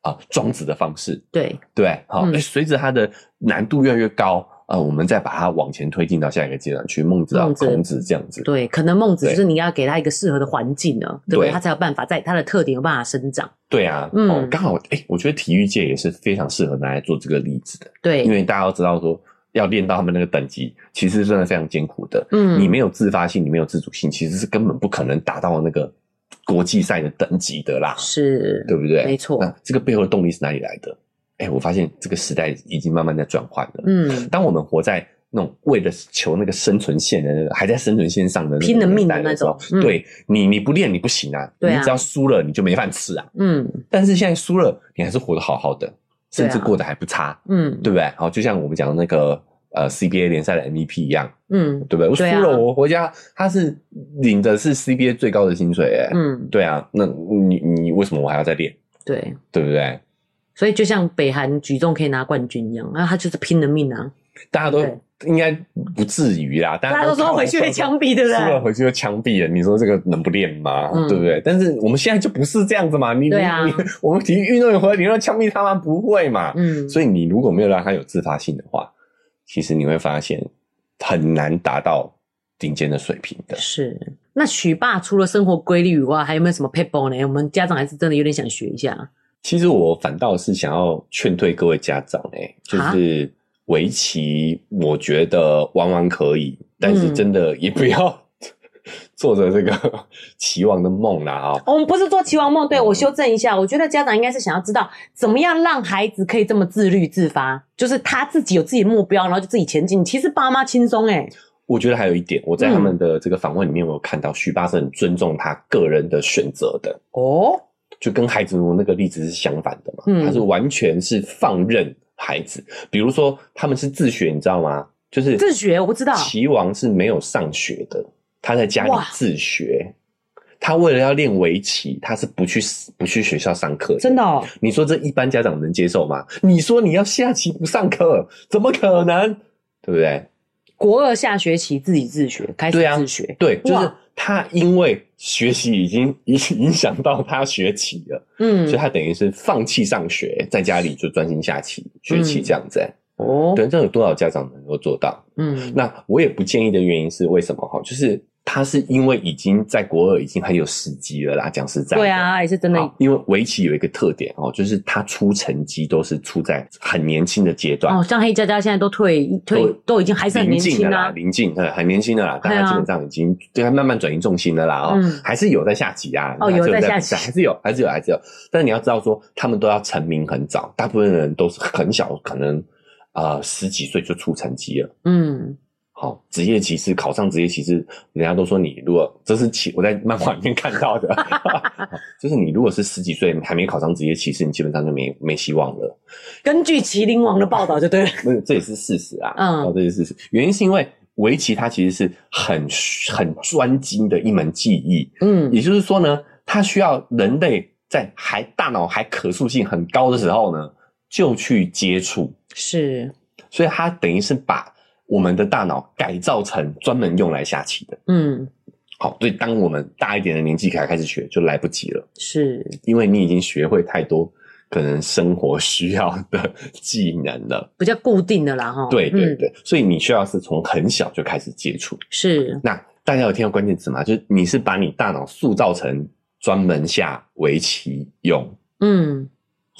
[SPEAKER 3] 啊、庄子的方式，
[SPEAKER 2] 对，
[SPEAKER 3] 对，好、
[SPEAKER 2] 嗯
[SPEAKER 3] 诶随着它的难度越来越高，呃，我们再把它往前推进到下一个阶段去，孟子啊、
[SPEAKER 2] 孟子
[SPEAKER 3] 孔子这样子。
[SPEAKER 2] 对，可能孟子
[SPEAKER 3] 对
[SPEAKER 2] 就是你要给他一个适合的环境呢，对不
[SPEAKER 3] 对
[SPEAKER 2] 对？他才有办法在他的特点有办法生长。
[SPEAKER 3] 对啊，
[SPEAKER 2] 嗯
[SPEAKER 3] 哦，刚好，哎、我觉得体育界也是非常适合拿来做这个例子的，
[SPEAKER 2] 对，
[SPEAKER 3] 因为大家都知道说，要练到他们那个等级，其实真的非常艰苦的。
[SPEAKER 2] 嗯
[SPEAKER 3] 你没有自发性，你没有自主性，其实是根本不可能达到那个国际赛的等级的啦，
[SPEAKER 2] 是，
[SPEAKER 3] 对不对？
[SPEAKER 2] 没错
[SPEAKER 3] 那这个背后的动力是哪里来的？哎，我发现这个时代已经慢慢在转换了。
[SPEAKER 2] 嗯，
[SPEAKER 3] 当我们活在那种为了求那个生存线的那个还在生存线上的那个
[SPEAKER 2] 拼了命的
[SPEAKER 3] 年代时候
[SPEAKER 2] 那种嗯
[SPEAKER 3] 对你你不练你不行啊，
[SPEAKER 2] 对啊
[SPEAKER 3] 你只要输了你就没饭吃啊。
[SPEAKER 2] 嗯
[SPEAKER 3] 但是现在输了，你还是活得好好的，甚至
[SPEAKER 2] 对啊
[SPEAKER 3] 过得还不差，
[SPEAKER 2] 嗯
[SPEAKER 3] 对不对？好，就像我们讲的那个呃 CBA 联赛的 MVP 一样，
[SPEAKER 2] 嗯
[SPEAKER 3] 对不对？我输
[SPEAKER 2] 对啊
[SPEAKER 3] 了，我回家他是领的是 CBA 最高的薪水、欸，
[SPEAKER 2] 嗯，
[SPEAKER 3] 对啊，那你你为什么我还要再练？
[SPEAKER 2] 对。
[SPEAKER 3] 对不对？
[SPEAKER 2] 所以就像北韩举重可以拿冠军一样，那他就是拼了命啊！
[SPEAKER 3] 大家都
[SPEAKER 2] 对
[SPEAKER 3] 应该不至于啦，大
[SPEAKER 2] 大家都说回去会枪毙，对不
[SPEAKER 3] 输了
[SPEAKER 2] 对？
[SPEAKER 3] 回去就枪毙了，你说这个能不练吗？
[SPEAKER 2] 嗯
[SPEAKER 3] 对不对？但是我们现在就不是这样子嘛，你
[SPEAKER 2] 对啊
[SPEAKER 3] 你 你我们体育运动员回来，你让枪毙他们不会嘛？
[SPEAKER 2] 嗯，
[SPEAKER 3] 所以你如果没有让他有自发性的话，其实你会发现很难达到顶尖的水平的。
[SPEAKER 2] 是。那许爸除了生活规律以外，还有没有什么 p e p l e 呢？我们家长还是真的有点想学一下。
[SPEAKER 3] 其实我反倒是想要劝退各位家长、欸，就
[SPEAKER 2] 啊
[SPEAKER 3] 是围棋，我觉得玩玩可以，但是
[SPEAKER 2] 嗯
[SPEAKER 3] 真的也不要、 做着这个 期望的梦啦啊、
[SPEAKER 2] 我们不是做期望梦，对我修正一下，我觉得家长应该是想要知道怎么样让孩子可以这么自律自发，就是他自己有自己的目标，然后就自己前进。其实爸妈轻松哎、
[SPEAKER 3] 我觉得还有一点，我
[SPEAKER 2] 嗯
[SPEAKER 3] 在他们的这个访问里面，我有看到徐爸是很尊重他个人的选择的，
[SPEAKER 2] 哦，
[SPEAKER 3] 就跟孩子奴那个例子是相反的嘛，
[SPEAKER 2] 嗯
[SPEAKER 3] 他是完全是放任孩子。比如说他们是自学，你知道吗？就是
[SPEAKER 2] 自学我不知道
[SPEAKER 3] 齐王是没有上学的，他在家里
[SPEAKER 2] 哇
[SPEAKER 3] 自学。他为了要练围棋，他是不去不去学校上课的，
[SPEAKER 2] 真的哦，
[SPEAKER 3] 你说这一般家长能接受吗？你说你要下棋不上课，怎么可能？对不对？
[SPEAKER 2] 国二下学期自己自学，开始
[SPEAKER 3] 对啊
[SPEAKER 2] 自学，
[SPEAKER 3] 对，就是
[SPEAKER 2] 哇
[SPEAKER 3] 他因为学习已经 影影响到他学棋了，所以
[SPEAKER 2] 嗯，
[SPEAKER 3] 他等于是放弃上学，在家里就专心下棋、学棋这样子、欸。
[SPEAKER 2] 哦，
[SPEAKER 3] 对，这有多少家长能够做到？
[SPEAKER 2] 嗯，
[SPEAKER 3] 那我也不建议的原因是为什么哈？就是他是因为已经在国二已经很有时机了啦，讲实在的。
[SPEAKER 2] 对啊，也是真的，
[SPEAKER 3] 好，因为围棋有一个特点哦，就是他出成绩都是出在很年轻的阶段
[SPEAKER 2] 哦，像黑佳佳现在都退退
[SPEAKER 3] 啊都
[SPEAKER 2] 都已经还是很
[SPEAKER 3] 临
[SPEAKER 2] 年
[SPEAKER 3] 近
[SPEAKER 2] 轻
[SPEAKER 3] 的啦，
[SPEAKER 2] 啊，
[SPEAKER 3] 临近呃很年轻的啦，
[SPEAKER 2] 对
[SPEAKER 3] 大
[SPEAKER 2] 啊
[SPEAKER 3] 家基本上已经对他慢慢转移重心的啦哦
[SPEAKER 2] 嗯，
[SPEAKER 3] 还是有在下棋啊，
[SPEAKER 2] 哦
[SPEAKER 3] 还是
[SPEAKER 2] 有在下
[SPEAKER 3] 比
[SPEAKER 2] 棋
[SPEAKER 3] 赛还是有还是有还是有，但你要知道说他们都要成名很早，大部分人都是很小，可能啊十几岁就出成绩了。
[SPEAKER 2] 嗯，
[SPEAKER 3] 好，职业骑士考上职业骑士，人家都说你如果这是骑我在漫画里面看到的， 就是你如果是十几岁还没考上职业骑士，你基本上就没没希望了。
[SPEAKER 2] 根据麒麟王的报道就对了，
[SPEAKER 3] 那这也是事实啊，
[SPEAKER 2] 嗯
[SPEAKER 3] 哦，这也是事实。原因是因为围棋它其实是很很专精的一门技艺，
[SPEAKER 2] 嗯
[SPEAKER 3] 也就是说呢，它需要人类在还大脑还可塑性很高的时候呢，就去接触，
[SPEAKER 2] 是，
[SPEAKER 3] 所以它等于是把我们的大脑改造成专门用来下棋的。
[SPEAKER 2] 嗯
[SPEAKER 3] 好，所以当我们大一点的年纪才开始学，就来不及了，
[SPEAKER 2] 是，
[SPEAKER 3] 因为你已经学会太多可能生活需要的技能了。
[SPEAKER 2] 比较固定的啦哈，
[SPEAKER 3] 对对
[SPEAKER 2] 嗯
[SPEAKER 3] 对，所以你需要是从很小就开始接触。
[SPEAKER 2] 是，
[SPEAKER 3] 那大家有听到关键词吗？就是你是把你大脑塑造成专门下围棋用，
[SPEAKER 2] 嗯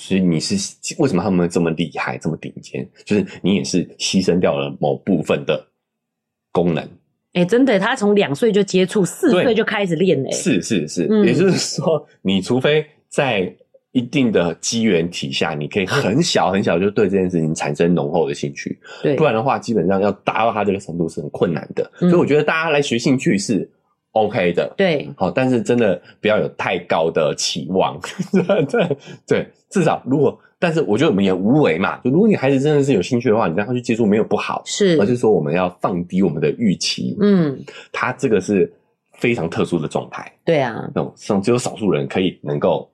[SPEAKER 3] 所以你是为什么他们这么厉害、这么顶尖？就是你也是牺牲掉了某部分的功能。
[SPEAKER 2] 哎、真的，他从两岁就接触，四
[SPEAKER 3] 对
[SPEAKER 2] 岁就开始练嘞、
[SPEAKER 3] 是是是，
[SPEAKER 2] 嗯
[SPEAKER 3] 也就是说，你除非在一定的机缘体下，你可以很小很小就对这件事情产生浓厚的兴趣，
[SPEAKER 2] 对，
[SPEAKER 3] 不然的话，基本上要达到他这个程度是很困难的。
[SPEAKER 2] 嗯
[SPEAKER 3] 所以我觉得大家来学兴趣是 OK 的，
[SPEAKER 2] 对，
[SPEAKER 3] 好，但是真的不要有太高的期望。 对对，至少如果，但是我觉得我们也无为嘛。就如果你孩子真的是有兴趣的话，你让他去接触没有不好，
[SPEAKER 2] 是
[SPEAKER 3] 而，是说我们要放低我们的预期。，
[SPEAKER 2] 嗯，
[SPEAKER 3] 他这个是非常特殊的状态，
[SPEAKER 2] 对啊，
[SPEAKER 3] 那种像只有少数人可以能够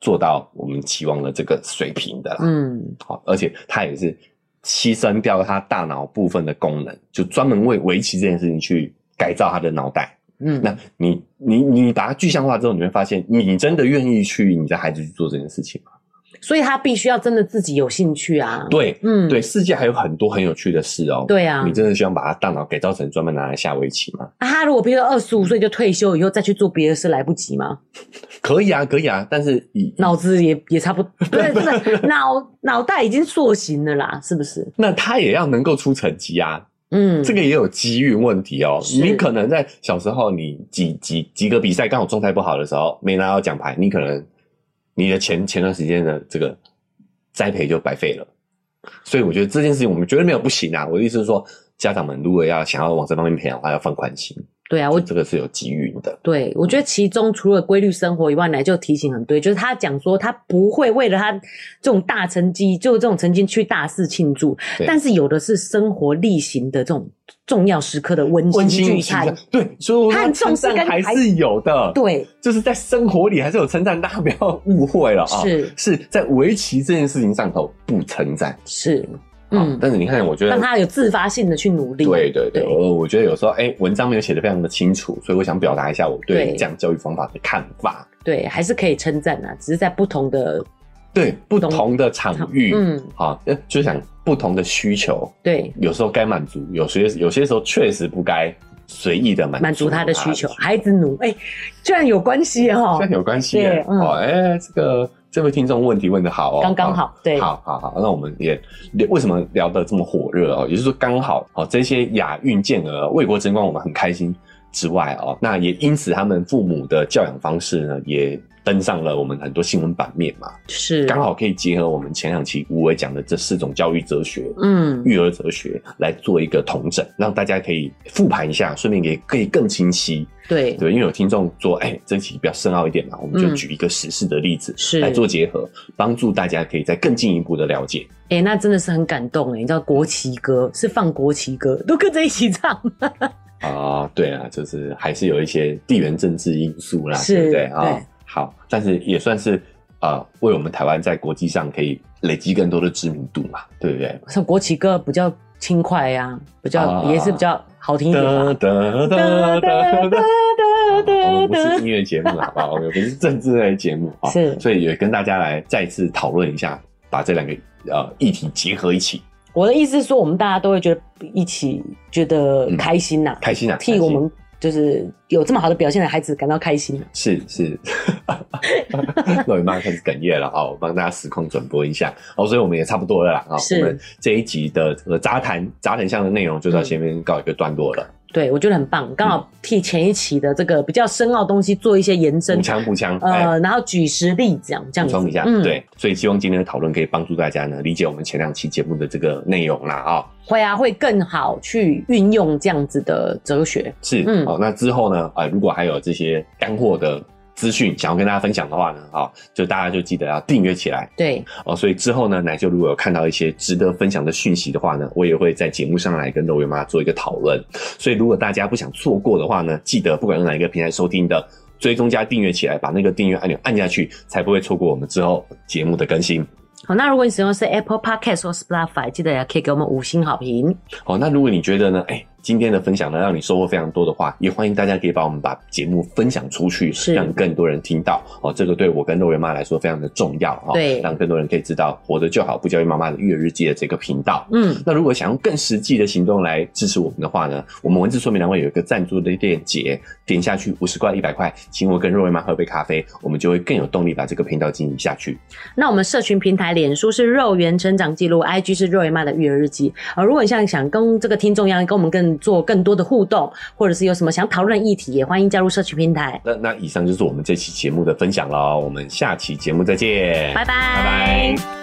[SPEAKER 3] 做到我们期望的这个水平的啦。
[SPEAKER 2] 嗯，
[SPEAKER 3] 好，而且他也是牺牲掉他大脑部分的功能，就专门为围棋这件事情去改造他的脑袋。
[SPEAKER 2] 嗯，
[SPEAKER 3] 那你你你把它具象化之后，你会发现，你真的愿意去你的孩子去做这件事情吗？
[SPEAKER 2] 所以他必须要真的自己有兴趣啊，，
[SPEAKER 3] 对。
[SPEAKER 2] 嗯，
[SPEAKER 3] 对，，世界还有很多很有趣的事哦。
[SPEAKER 2] 对啊
[SPEAKER 3] 你真的希望把他大脑改造成专门拿来下围棋吗？
[SPEAKER 2] 啊、他如果比如说二十五岁就退休以后再去做别的事来不及吗？
[SPEAKER 3] 可以啊，可以啊，但是以
[SPEAKER 2] 脑子也也差不 多，不是不是，脑脑袋已经塑形了啦，是不是？
[SPEAKER 3] 那他也要能够出成绩啊。
[SPEAKER 2] 嗯，
[SPEAKER 3] 这个也有机运问题哦。
[SPEAKER 2] 是
[SPEAKER 3] 你可能在小时候，你几几几个比赛刚好状态不好的时候，没拿到奖牌，你可能你的前前段时间的这个栽培就白费了。所以我觉得这件事情我们绝对没有不行啊。我的意思是说，家长们如果要想要往这方面培养的话，要放宽心，
[SPEAKER 2] 对啊，我
[SPEAKER 3] 这个是有机运的。
[SPEAKER 2] 对，我觉得其中除了规律生活以外，奶就提醒很对，就是他讲说他不会为了他这种大成绩，就这种成绩去大肆庆祝，
[SPEAKER 3] 对
[SPEAKER 2] 但是有的是生活例行的这种重要时刻的温馨
[SPEAKER 3] 温馨
[SPEAKER 2] 聚
[SPEAKER 3] 一下
[SPEAKER 2] 餐，，
[SPEAKER 3] 对，所以我
[SPEAKER 2] 他
[SPEAKER 3] 说
[SPEAKER 2] 很重
[SPEAKER 3] 称
[SPEAKER 2] 视跟
[SPEAKER 3] 赞还
[SPEAKER 2] 孩
[SPEAKER 3] 是有的，，
[SPEAKER 2] 对，
[SPEAKER 3] 就是在生活里还是有称赞，大家不要误会了啊、
[SPEAKER 2] 是
[SPEAKER 3] 是在围棋这件事情上头不称赞，
[SPEAKER 2] 是，
[SPEAKER 3] 嗯
[SPEAKER 2] 嗯，，
[SPEAKER 3] 但是你看，我觉得
[SPEAKER 2] 让他有自发性的去努力，
[SPEAKER 3] 对对对，
[SPEAKER 2] 对
[SPEAKER 3] 我我觉得有时候哎、文章没有写的非常的清楚，所以我想表达一下我对
[SPEAKER 2] 对
[SPEAKER 3] 这样教育方法的看法。
[SPEAKER 2] 对，还是可以称赞啊，只是在不同的，
[SPEAKER 3] 对不同的场域，
[SPEAKER 2] 嗯，
[SPEAKER 3] 好、呃就想不同的需求，
[SPEAKER 2] 对，
[SPEAKER 3] 有时候该满足，有些有些时候确实不该随意的满
[SPEAKER 2] 满足
[SPEAKER 3] 足啊
[SPEAKER 2] 他的需求，
[SPEAKER 3] 还
[SPEAKER 2] 孩子奴，哎、居然有关系 哦
[SPEAKER 3] 这，有关系
[SPEAKER 2] 对
[SPEAKER 3] 耶。
[SPEAKER 2] 嗯
[SPEAKER 3] 哦，哎、这个这位听众问题问的好哦，
[SPEAKER 2] 刚刚
[SPEAKER 3] 啊
[SPEAKER 2] 好，对，
[SPEAKER 3] 好好好，那我们也为什么哦聊得这么火热哦？也就是说，刚好哦，这些亚运健儿为国争光，我们很开心。之外哦，那也因此他们父母的教养方式呢，也登上了我们很多新闻版面嘛，
[SPEAKER 2] 是，
[SPEAKER 3] 刚好可以结合我们前两期吴伟讲的这四种教育哲学。
[SPEAKER 2] 嗯，
[SPEAKER 3] 育儿哲学来做一个统整，让大家可以复盘一下，顺便也可以更清晰。
[SPEAKER 2] 对，
[SPEAKER 3] 对，因为有听众说，哎、这题比较深奥一点嘛，我们就
[SPEAKER 2] 嗯
[SPEAKER 3] 举一个实事的例子、
[SPEAKER 2] 是
[SPEAKER 3] 来做结合，帮助大家可以再更进一步的 了解。
[SPEAKER 2] 哎、那真的是很感动哎、你知道国旗歌是放国旗歌，都跟着一起 唱，
[SPEAKER 3] 啊、对啊，就是还是有一些地缘政治因素啦，
[SPEAKER 2] 是
[SPEAKER 3] 对不对啊、
[SPEAKER 2] 对
[SPEAKER 3] 好，但是也算是啊、呃为我们台湾在国际上可以累积更多的知名度嘛，对不对？
[SPEAKER 2] 像国旗歌比较轻快呀、比较、
[SPEAKER 3] 啊
[SPEAKER 2] 也是比较好听一
[SPEAKER 3] 哒
[SPEAKER 2] 点吧。
[SPEAKER 3] 哒哒 哒哒。
[SPEAKER 2] 哦
[SPEAKER 3] 我们不是音乐节目，好不好？我们不是政治类节目啊，
[SPEAKER 2] 是
[SPEAKER 3] 所以也跟大家来再次讨论一下，把这两个呃议题结合一起，
[SPEAKER 2] 我的意思是说，我们大家都会觉得一起觉得
[SPEAKER 3] 嗯
[SPEAKER 2] 开心呐、
[SPEAKER 3] 开心啊！
[SPEAKER 2] 替
[SPEAKER 3] 开心
[SPEAKER 2] 我们就是有这么好的表现的孩子感到开心。
[SPEAKER 3] 是 是，那我妈开始哽咽了啊！我帮大家时空转播一下哦，所以我们也差不多了啦啊！
[SPEAKER 2] 是
[SPEAKER 3] 我们这一集的这个杂谈杂谈项的内容就到前面告一个段落了，
[SPEAKER 2] 对，我觉得很
[SPEAKER 3] 嗯
[SPEAKER 2] 棒，刚好替前一期的这个比较深奥的东西做一些延伸
[SPEAKER 3] 补，枪补枪，哎
[SPEAKER 2] 呃，然后举实例这样这样
[SPEAKER 3] 补
[SPEAKER 2] 子嗯
[SPEAKER 3] 充一下，，对，所以希望今天的讨论可以帮助大家呢理解我们前两期节目的这个内容啦啊！
[SPEAKER 2] 会啊，会更好去运用这样子的哲学。
[SPEAKER 3] 是，
[SPEAKER 2] 嗯
[SPEAKER 3] 哦，那之后呢，啊、如果还有这些干货的资讯想要跟大家分享的话呢，好、就大家就记得要订阅起来
[SPEAKER 2] 对，
[SPEAKER 3] 哦。所以之后呢，奶舅如果有看到一些值得分享的讯息的话呢，我也会在节目上来跟肉圆妈做一个讨论。所以如果大家不想错过的话呢，记得不管用哪一个平台收听的。追踪加订阅起来，把那个订阅按钮按下去，才不会错过我们之后节目的更新。
[SPEAKER 2] 好，那如果你使用的是 Apple Podcast 或 Spotify，记得也可以给我们五星好评。
[SPEAKER 3] 好，那如果你觉得呢，哎、今天的分享呢让你收获非常多的话，也欢迎大家可以把我们把节目分享出去，
[SPEAKER 2] 是
[SPEAKER 3] 让更多人听到哦。这个对我跟肉圆妈来说非常的重要哦，
[SPEAKER 2] 对
[SPEAKER 3] 让更多人可以知道“活着就好，不教育妈妈”的育儿日记的这个频道。
[SPEAKER 2] 嗯，
[SPEAKER 3] 那如果想用更实际的行动来支持我们的话呢，我们文字说明栏位有一个赞助的链接，点下去五十块、一百块，请我跟肉圆妈喝杯咖啡，我们就会更有动力把这个频道经营下去。
[SPEAKER 2] 那我们社群平台，脸书是肉圆成长记录，IG 是肉圆妈的育儿日记。啊、如果你像想跟这个听众一样，跟我们更做更多的互动，或者是有什么想讨论的议题，也欢迎加入社群平台。
[SPEAKER 3] 那那以上就是我们这期节目的分享喽，我们下期节目再见，
[SPEAKER 2] 拜拜
[SPEAKER 3] 拜拜